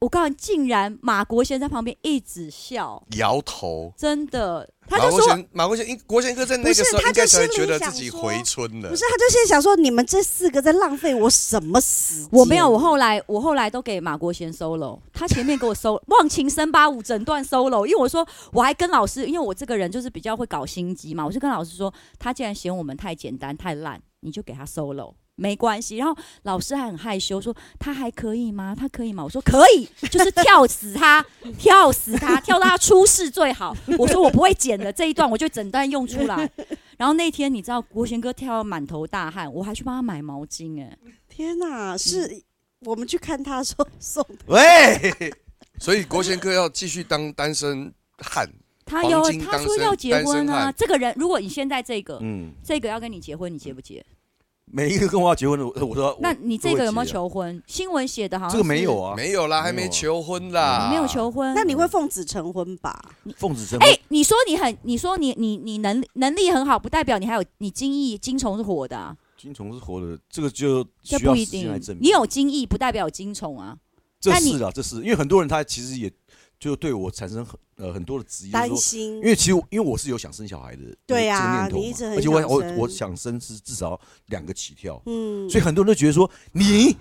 [SPEAKER 4] 我告诉你，竟然马国贤在旁边一直笑，
[SPEAKER 3] 摇头。
[SPEAKER 4] 真的，他
[SPEAKER 3] 马
[SPEAKER 4] 就
[SPEAKER 3] 国
[SPEAKER 4] 说
[SPEAKER 3] 贤，马国贤，因国贤哥在那个
[SPEAKER 5] 不是
[SPEAKER 3] 时候
[SPEAKER 5] 他
[SPEAKER 3] 应该
[SPEAKER 5] 就
[SPEAKER 3] 才会
[SPEAKER 5] 心里
[SPEAKER 3] 觉得
[SPEAKER 5] 想
[SPEAKER 3] 自己
[SPEAKER 5] 说
[SPEAKER 3] 回春了。
[SPEAKER 5] 不是，他就现在想说，你们这四个在浪费我什么时间？
[SPEAKER 4] 我没有，我后来我后来都给马国贤 solo，他前面给我 solo <laughs> 忘情三八五整段 solo，因为我说我还跟老师，因为我这个人就是比较会搞心机嘛，我就跟老师说，他既然嫌我们太简单太烂，你就给他 solo。没关系，然后老师还很害羞，说他还可以吗？他可以吗？我说可以，就是跳死他， <laughs> 跳死他，跳到他出事最好。我说我不会剪的这一段，我就整段用出来。然后那天你知道国贤哥跳到满头大汗，我还去帮他买毛巾、哎，
[SPEAKER 5] 天哪，是我们去看他的时候送的，
[SPEAKER 6] 喂，
[SPEAKER 3] 所以国贤哥要继续当单身汉，
[SPEAKER 4] 他有
[SPEAKER 3] 黄金
[SPEAKER 4] 他
[SPEAKER 3] 单
[SPEAKER 4] 说
[SPEAKER 3] 身
[SPEAKER 4] 要结
[SPEAKER 3] 单身
[SPEAKER 4] 婚啊
[SPEAKER 3] 汉，
[SPEAKER 4] 这个人如果你现在这个、
[SPEAKER 6] 嗯，
[SPEAKER 4] 这个要跟你结婚，你结不结？
[SPEAKER 6] 每一个跟我要结婚的，我我说
[SPEAKER 4] 那你这个有没有？
[SPEAKER 6] 我
[SPEAKER 4] 求婚？新闻写的好
[SPEAKER 6] 都会
[SPEAKER 4] 像
[SPEAKER 6] 急啊这个没有啊，啊
[SPEAKER 3] 没有啦，还没求婚啦，
[SPEAKER 4] 你没有求婚。
[SPEAKER 5] 那你会奉子成婚吧？
[SPEAKER 6] 奉子成婚
[SPEAKER 4] 哎、你说你很，你说你你你能能力很好，不代表你还有你精益精虫是活的、啊，
[SPEAKER 6] 金虫是活的，这个就
[SPEAKER 4] 这
[SPEAKER 6] 需
[SPEAKER 4] 不
[SPEAKER 6] 要
[SPEAKER 4] 一
[SPEAKER 6] 时间来
[SPEAKER 4] 定
[SPEAKER 6] 证。明。
[SPEAKER 4] 你有精益，不代表有精虫啊。
[SPEAKER 6] 这
[SPEAKER 4] 但你
[SPEAKER 6] 是啊，这是因为很多人他其实也就对我产生很呃很多的质疑，就是
[SPEAKER 5] 担
[SPEAKER 6] 说
[SPEAKER 5] 心
[SPEAKER 6] 因，为其实我因为我是有想生小孩的，
[SPEAKER 5] 对
[SPEAKER 6] 呀、
[SPEAKER 5] 啊
[SPEAKER 6] 这个
[SPEAKER 5] 你一
[SPEAKER 6] 念
[SPEAKER 5] 直
[SPEAKER 6] 头嘛，
[SPEAKER 5] 很
[SPEAKER 6] 而且我
[SPEAKER 5] 想
[SPEAKER 6] 我
[SPEAKER 5] 生
[SPEAKER 6] 我想生是至少两个起跳，
[SPEAKER 5] 嗯，
[SPEAKER 6] 所以很多人都觉得说你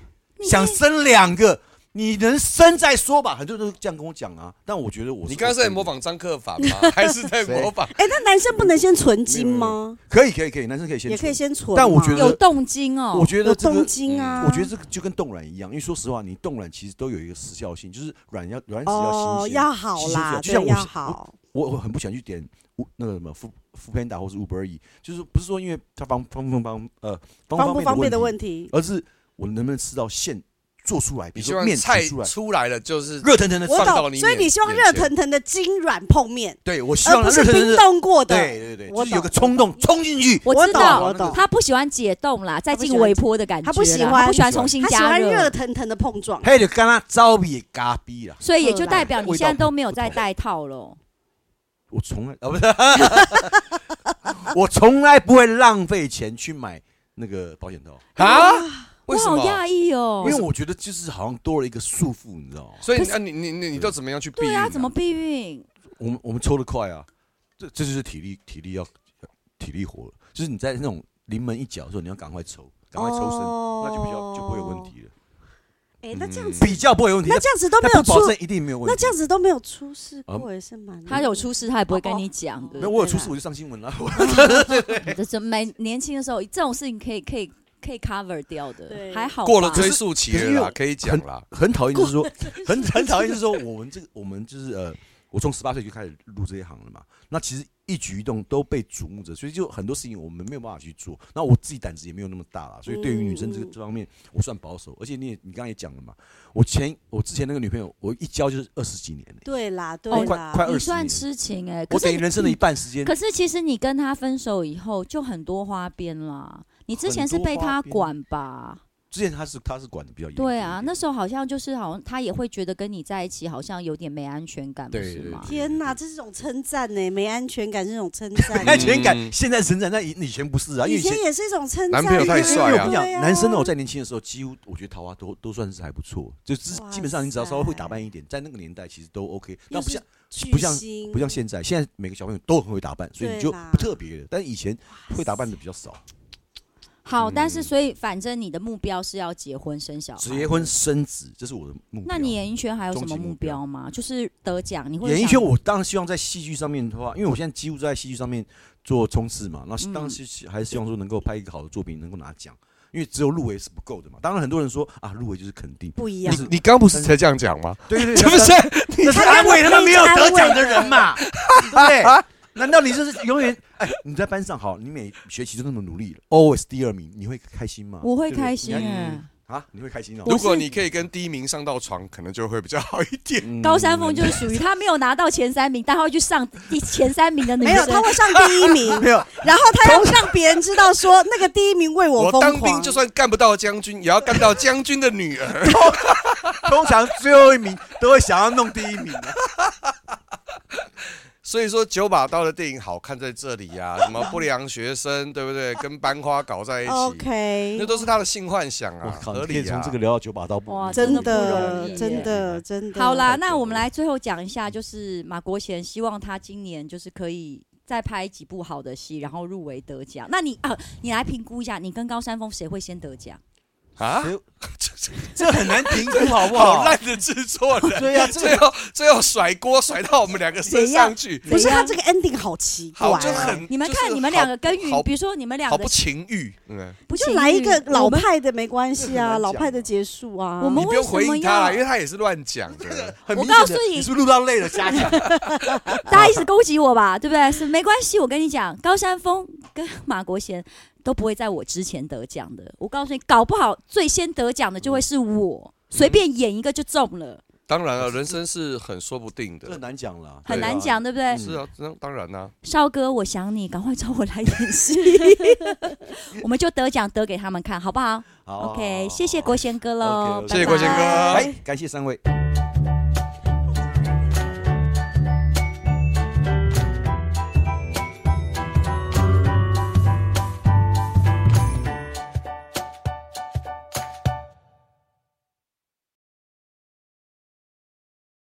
[SPEAKER 6] 想生两个，你能生再说吧，很多人都这样跟我讲啊。但我觉得我是
[SPEAKER 3] 你刚刚是在模
[SPEAKER 6] OK
[SPEAKER 3] 仿张克凡吗？还是在模仿？
[SPEAKER 5] 哎，那男生不能先存金吗？
[SPEAKER 6] 的，可以可以可以，男生可以先
[SPEAKER 5] 也可
[SPEAKER 6] 存，
[SPEAKER 5] 以先存嘛，
[SPEAKER 6] 但我觉得
[SPEAKER 4] 有动精哦，
[SPEAKER 6] 我觉
[SPEAKER 5] 有
[SPEAKER 6] 得这
[SPEAKER 5] 动
[SPEAKER 6] 个。嗯
[SPEAKER 5] 金啊，
[SPEAKER 6] 我觉得这个就跟冻卵一样，因为说实话，你冻卵其实都有一个时效性，就是卵要卵子要
[SPEAKER 5] 哦
[SPEAKER 6] 新鲜，
[SPEAKER 5] 要好
[SPEAKER 6] 新鲜
[SPEAKER 5] 啦，
[SPEAKER 6] 就像
[SPEAKER 5] 对，
[SPEAKER 6] 我
[SPEAKER 5] 要
[SPEAKER 6] 是我
[SPEAKER 5] 好，
[SPEAKER 6] 我我很不想去点乌那个什么富富 panda 或是 Uber E，就是不是说因为它方方不方呃方
[SPEAKER 5] 方不
[SPEAKER 6] 方
[SPEAKER 5] 方便
[SPEAKER 6] 便
[SPEAKER 5] 的
[SPEAKER 6] 问
[SPEAKER 5] 问
[SPEAKER 6] 题，
[SPEAKER 5] 题。
[SPEAKER 6] 而是我能不能吃到现做出来，比
[SPEAKER 3] 你
[SPEAKER 6] 如
[SPEAKER 3] 希
[SPEAKER 6] 说
[SPEAKER 3] 望
[SPEAKER 6] 面
[SPEAKER 3] 菜
[SPEAKER 6] 吃出来
[SPEAKER 3] 出来了就是
[SPEAKER 6] 热腾腾的
[SPEAKER 5] 我
[SPEAKER 3] 放
[SPEAKER 6] 饭，
[SPEAKER 3] 到
[SPEAKER 5] 懂，
[SPEAKER 3] 你
[SPEAKER 5] 所以
[SPEAKER 3] 眼
[SPEAKER 5] 你希望
[SPEAKER 3] 眼
[SPEAKER 5] 热
[SPEAKER 3] 前
[SPEAKER 5] 腾腾的筋软碰面，
[SPEAKER 6] 对我希
[SPEAKER 5] 而
[SPEAKER 6] 望
[SPEAKER 5] 呃不
[SPEAKER 6] 它
[SPEAKER 5] 是
[SPEAKER 6] 热腾腾
[SPEAKER 5] 冰
[SPEAKER 6] 的，
[SPEAKER 5] 冻过的。
[SPEAKER 6] 对对对，
[SPEAKER 5] 我
[SPEAKER 6] 就是有个
[SPEAKER 5] 懂
[SPEAKER 6] 冲动冲进去，
[SPEAKER 4] 我知道，
[SPEAKER 5] 我懂
[SPEAKER 4] 他不喜欢解冻啦，再进微波的感觉啦，
[SPEAKER 5] 他不喜欢
[SPEAKER 4] 他不喜欢重新
[SPEAKER 5] 他喜
[SPEAKER 4] 加
[SPEAKER 5] 欢热
[SPEAKER 4] 热，
[SPEAKER 5] 腾腾的碰撞。
[SPEAKER 6] 还有刚刚招比嘎逼啦，
[SPEAKER 4] 所以也就代表
[SPEAKER 6] 味
[SPEAKER 4] 你
[SPEAKER 6] 道
[SPEAKER 4] 现在都没有
[SPEAKER 6] 不
[SPEAKER 4] 在
[SPEAKER 6] 同
[SPEAKER 4] 戴套哦喽。
[SPEAKER 6] 我从来啊不是， <laughs> 我从来不会浪费钱去买那个保险套，
[SPEAKER 3] 啊？
[SPEAKER 4] 我
[SPEAKER 3] 为什
[SPEAKER 4] 好
[SPEAKER 3] 么？
[SPEAKER 4] 讶异哦
[SPEAKER 6] 因，为我觉得就是好像多了一个束缚，你知道吗？
[SPEAKER 3] 所以
[SPEAKER 4] 可
[SPEAKER 3] 你
[SPEAKER 4] 是
[SPEAKER 3] 啊你你你你都怎么样去避孕
[SPEAKER 4] 对
[SPEAKER 3] 啊？
[SPEAKER 4] 啊，怎么避孕？
[SPEAKER 6] 我们我们抽的快啊，这这就是体力体力要体力活了，就是你在那种临门一脚的时候，你要赶快抽，赶快抽身，
[SPEAKER 5] 哦
[SPEAKER 6] 那就比较就不会有问题了，
[SPEAKER 5] 哎，那这样子，
[SPEAKER 6] 比较不会有问题。
[SPEAKER 5] 那这样子都没
[SPEAKER 6] 但但
[SPEAKER 5] 有
[SPEAKER 6] 不保
[SPEAKER 5] 出
[SPEAKER 6] 证，一定没有问题。
[SPEAKER 5] 那这样子都没有出事
[SPEAKER 6] 啊
[SPEAKER 5] 过，也是蛮。
[SPEAKER 4] 他有，出事，他也不会跟你讲。对不
[SPEAKER 6] 没有
[SPEAKER 4] 对
[SPEAKER 6] 我有出事我就上新闻了。我
[SPEAKER 4] 这这没年轻的时候，这种事情可以可以可以 cover 掉的，
[SPEAKER 5] 对
[SPEAKER 4] 还好吧
[SPEAKER 3] 过了追溯期
[SPEAKER 6] 可是
[SPEAKER 3] 了
[SPEAKER 6] 因为
[SPEAKER 3] 啦
[SPEAKER 6] 我，
[SPEAKER 3] 可以讲啦。
[SPEAKER 6] 很讨厌就是
[SPEAKER 4] <laughs>
[SPEAKER 6] 说，很很讨厌就是说，我们这个我们就是呃，我从十八岁就开始入这一行了嘛。那其实一举一动都被瞩目着，所以就很多事情我们没有办法去做。那我自己胆子也没有那么大啦，所以对于女生这个
[SPEAKER 5] 嗯
[SPEAKER 6] 这方面，我算保守。而且你也你刚刚也讲了嘛，我前我之前那个女朋友，我一交就是二十几年了，
[SPEAKER 5] 对啦，对
[SPEAKER 6] 哦快
[SPEAKER 5] 啦，
[SPEAKER 6] 快二
[SPEAKER 4] 你
[SPEAKER 6] 十
[SPEAKER 4] 算
[SPEAKER 6] 年，
[SPEAKER 4] 痴情哎、可
[SPEAKER 6] 我等于
[SPEAKER 4] 是
[SPEAKER 6] 人生的一半时间。
[SPEAKER 4] 可是其实你跟他分手以后就很多花边啦。你之前是被他管吧？
[SPEAKER 6] 之前她是她是管的比较严，
[SPEAKER 4] 对啊，那时候好像就是好像他也会觉得跟你在一起好像有点没安全感，不
[SPEAKER 6] 对
[SPEAKER 4] 是
[SPEAKER 6] 对。
[SPEAKER 4] 吗？
[SPEAKER 5] 天哪，这是种称赞呢，没安全感是种称赞
[SPEAKER 6] 嗯 <laughs> 安全
[SPEAKER 3] 嗯
[SPEAKER 6] 感现在成长，那以以前不是啊，因为
[SPEAKER 5] 以前也是一种称赞。
[SPEAKER 3] 男朋友太帅
[SPEAKER 6] 因为我
[SPEAKER 3] 啊
[SPEAKER 6] 跟你
[SPEAKER 5] 对
[SPEAKER 6] 讲，
[SPEAKER 5] 啊
[SPEAKER 6] 男生呢，我在年轻的时候，几乎我觉得桃花都都算是还不错，就是
[SPEAKER 5] 哇
[SPEAKER 6] 基本上你只要稍微会打扮一点，在那个年代其实都 OK。那不像不像
[SPEAKER 5] 巨星
[SPEAKER 6] 不像现在，现在每个小朋友都很会打扮，所以你就
[SPEAKER 5] 对啦
[SPEAKER 6] 不特别了。但以前会打扮的比较少，
[SPEAKER 4] 好，但是所以反正你的目标是要结婚生小孩，
[SPEAKER 6] 嗯结婚生子，这是我的目标。
[SPEAKER 4] 那你演艺圈还有什么
[SPEAKER 6] 终极
[SPEAKER 4] 目
[SPEAKER 6] 目标
[SPEAKER 4] 标吗？就是得奖，你会
[SPEAKER 6] 演艺
[SPEAKER 4] 想
[SPEAKER 6] 圈，我当然希望在戏剧上面的话，因为我现在几乎在戏剧上面做冲刺嘛，那
[SPEAKER 4] 嗯
[SPEAKER 6] 当然是还是希望说能够拍一个好的作品，能够拿奖。因为只有入围是不够的嘛，当然很多人说啊，入围就是肯定，
[SPEAKER 5] 不一样
[SPEAKER 3] 你，你刚不是才这样讲吗？
[SPEAKER 6] 对啊对对，
[SPEAKER 3] 这不 <laughs> 是
[SPEAKER 6] 那是安慰他们没有得奖的人
[SPEAKER 3] <laughs>
[SPEAKER 6] 嘛，对不对？难道你就是永远哎？你在班上好，你每学期都那么努力了，always 第二名，你会开心吗？
[SPEAKER 4] 我会
[SPEAKER 6] 对不对
[SPEAKER 4] 开心
[SPEAKER 6] 你还
[SPEAKER 4] 哎、
[SPEAKER 6] 啊，你会开心哦。
[SPEAKER 3] 如果你可以跟第一名上到床，可能就会比较好一点。
[SPEAKER 6] 嗯
[SPEAKER 4] 高山峰就是属于他没有拿到前三名，但他会去上第前三名的女
[SPEAKER 5] 没有，
[SPEAKER 4] 生。
[SPEAKER 5] 他会上第一
[SPEAKER 6] <laughs>
[SPEAKER 5] 名，
[SPEAKER 6] 没有，
[SPEAKER 5] 然后他要让别人知道说那个第一名为我
[SPEAKER 3] 我
[SPEAKER 5] 疯狂。
[SPEAKER 3] 当兵就算干不到将军，也要干到将军的女儿。 <laughs>
[SPEAKER 6] 通常最后一名都会想要弄第一名啊
[SPEAKER 3] <laughs>
[SPEAKER 6] 的。
[SPEAKER 3] 所以说九把刀的电影好看在这里呀、
[SPEAKER 4] <laughs>
[SPEAKER 3] 什么不良学生，对不对？跟班花搞在一起
[SPEAKER 5] OK，
[SPEAKER 3] 那都是他的性幻想
[SPEAKER 6] 我
[SPEAKER 3] 啊，
[SPEAKER 6] 靠，
[SPEAKER 3] 合
[SPEAKER 6] 你可以
[SPEAKER 3] 理
[SPEAKER 6] 从
[SPEAKER 3] 啊
[SPEAKER 6] 这。个聊到九把刀不
[SPEAKER 4] 哇
[SPEAKER 5] 真
[SPEAKER 4] 真的不容易
[SPEAKER 5] 的，
[SPEAKER 4] 耶
[SPEAKER 5] 真的，真的。
[SPEAKER 4] 好啦，
[SPEAKER 6] 太
[SPEAKER 4] 那
[SPEAKER 6] 久
[SPEAKER 4] 我们
[SPEAKER 6] 了
[SPEAKER 4] 来最后讲一下，就是马国贤，希望他今年就是可以再拍几部好的戏，然后入围得奖。那你啊，你来评估一下，你跟高山峰谁会先得奖？
[SPEAKER 3] 啊，
[SPEAKER 6] 这很难评估，好不
[SPEAKER 3] 好
[SPEAKER 6] 好？
[SPEAKER 3] 烂的制作
[SPEAKER 6] <laughs>
[SPEAKER 3] 人，
[SPEAKER 6] 对呀，啊这
[SPEAKER 3] 最
[SPEAKER 6] 个
[SPEAKER 3] 后最后甩锅甩到我们两个身上去，
[SPEAKER 5] 不是
[SPEAKER 4] 怎样
[SPEAKER 5] 他这个 ending 好奇怪
[SPEAKER 3] 好
[SPEAKER 5] 哦，
[SPEAKER 3] 就很
[SPEAKER 4] 你们
[SPEAKER 3] 就是
[SPEAKER 4] 看，你们两
[SPEAKER 3] 好
[SPEAKER 4] 个耕耘
[SPEAKER 3] 好，
[SPEAKER 4] 比如说你们两
[SPEAKER 3] 好
[SPEAKER 4] 个
[SPEAKER 3] 不情欲，嗯，
[SPEAKER 4] 不
[SPEAKER 5] 就
[SPEAKER 4] 情
[SPEAKER 5] 来一
[SPEAKER 4] 欲
[SPEAKER 5] 个老
[SPEAKER 4] 我们
[SPEAKER 5] 派的没关系
[SPEAKER 6] 这很难
[SPEAKER 5] 啊，
[SPEAKER 6] 讲
[SPEAKER 5] 老派的结束啊。
[SPEAKER 4] 我们
[SPEAKER 3] 你不用
[SPEAKER 4] 为什
[SPEAKER 3] 回
[SPEAKER 4] 么
[SPEAKER 3] 应他啦，
[SPEAKER 4] 要
[SPEAKER 3] 因为他也是乱讲 <laughs> 的。
[SPEAKER 6] 很
[SPEAKER 4] 我
[SPEAKER 6] 明显
[SPEAKER 4] 告诉
[SPEAKER 6] 的
[SPEAKER 4] 你
[SPEAKER 6] 你是不是录到累了加强？
[SPEAKER 4] 大家一直攻击我吧，对 <laughs> 不对？是没关系，我跟你讲，高山峰跟马国贤都不会在我之前得奖的。我告诉你，搞不好最先得奖的就会是我，随便演一个就中了。
[SPEAKER 3] 当然了，人生是很说不定
[SPEAKER 6] 这
[SPEAKER 3] 的，
[SPEAKER 6] 难讲了。
[SPEAKER 4] 很
[SPEAKER 3] 对啊
[SPEAKER 4] 难讲，对不对？
[SPEAKER 3] 是啊，那当然啦、
[SPEAKER 4] 少哥，我想你，赶快找我来演戏，我们就得奖得给他们看，好不好
[SPEAKER 6] 好好好
[SPEAKER 4] ？OK，
[SPEAKER 6] 啊好
[SPEAKER 4] 谢谢国贤哥喽，
[SPEAKER 6] OK，OK
[SPEAKER 3] 谢谢国贤哥
[SPEAKER 4] 拜拜
[SPEAKER 6] 来，感谢三位。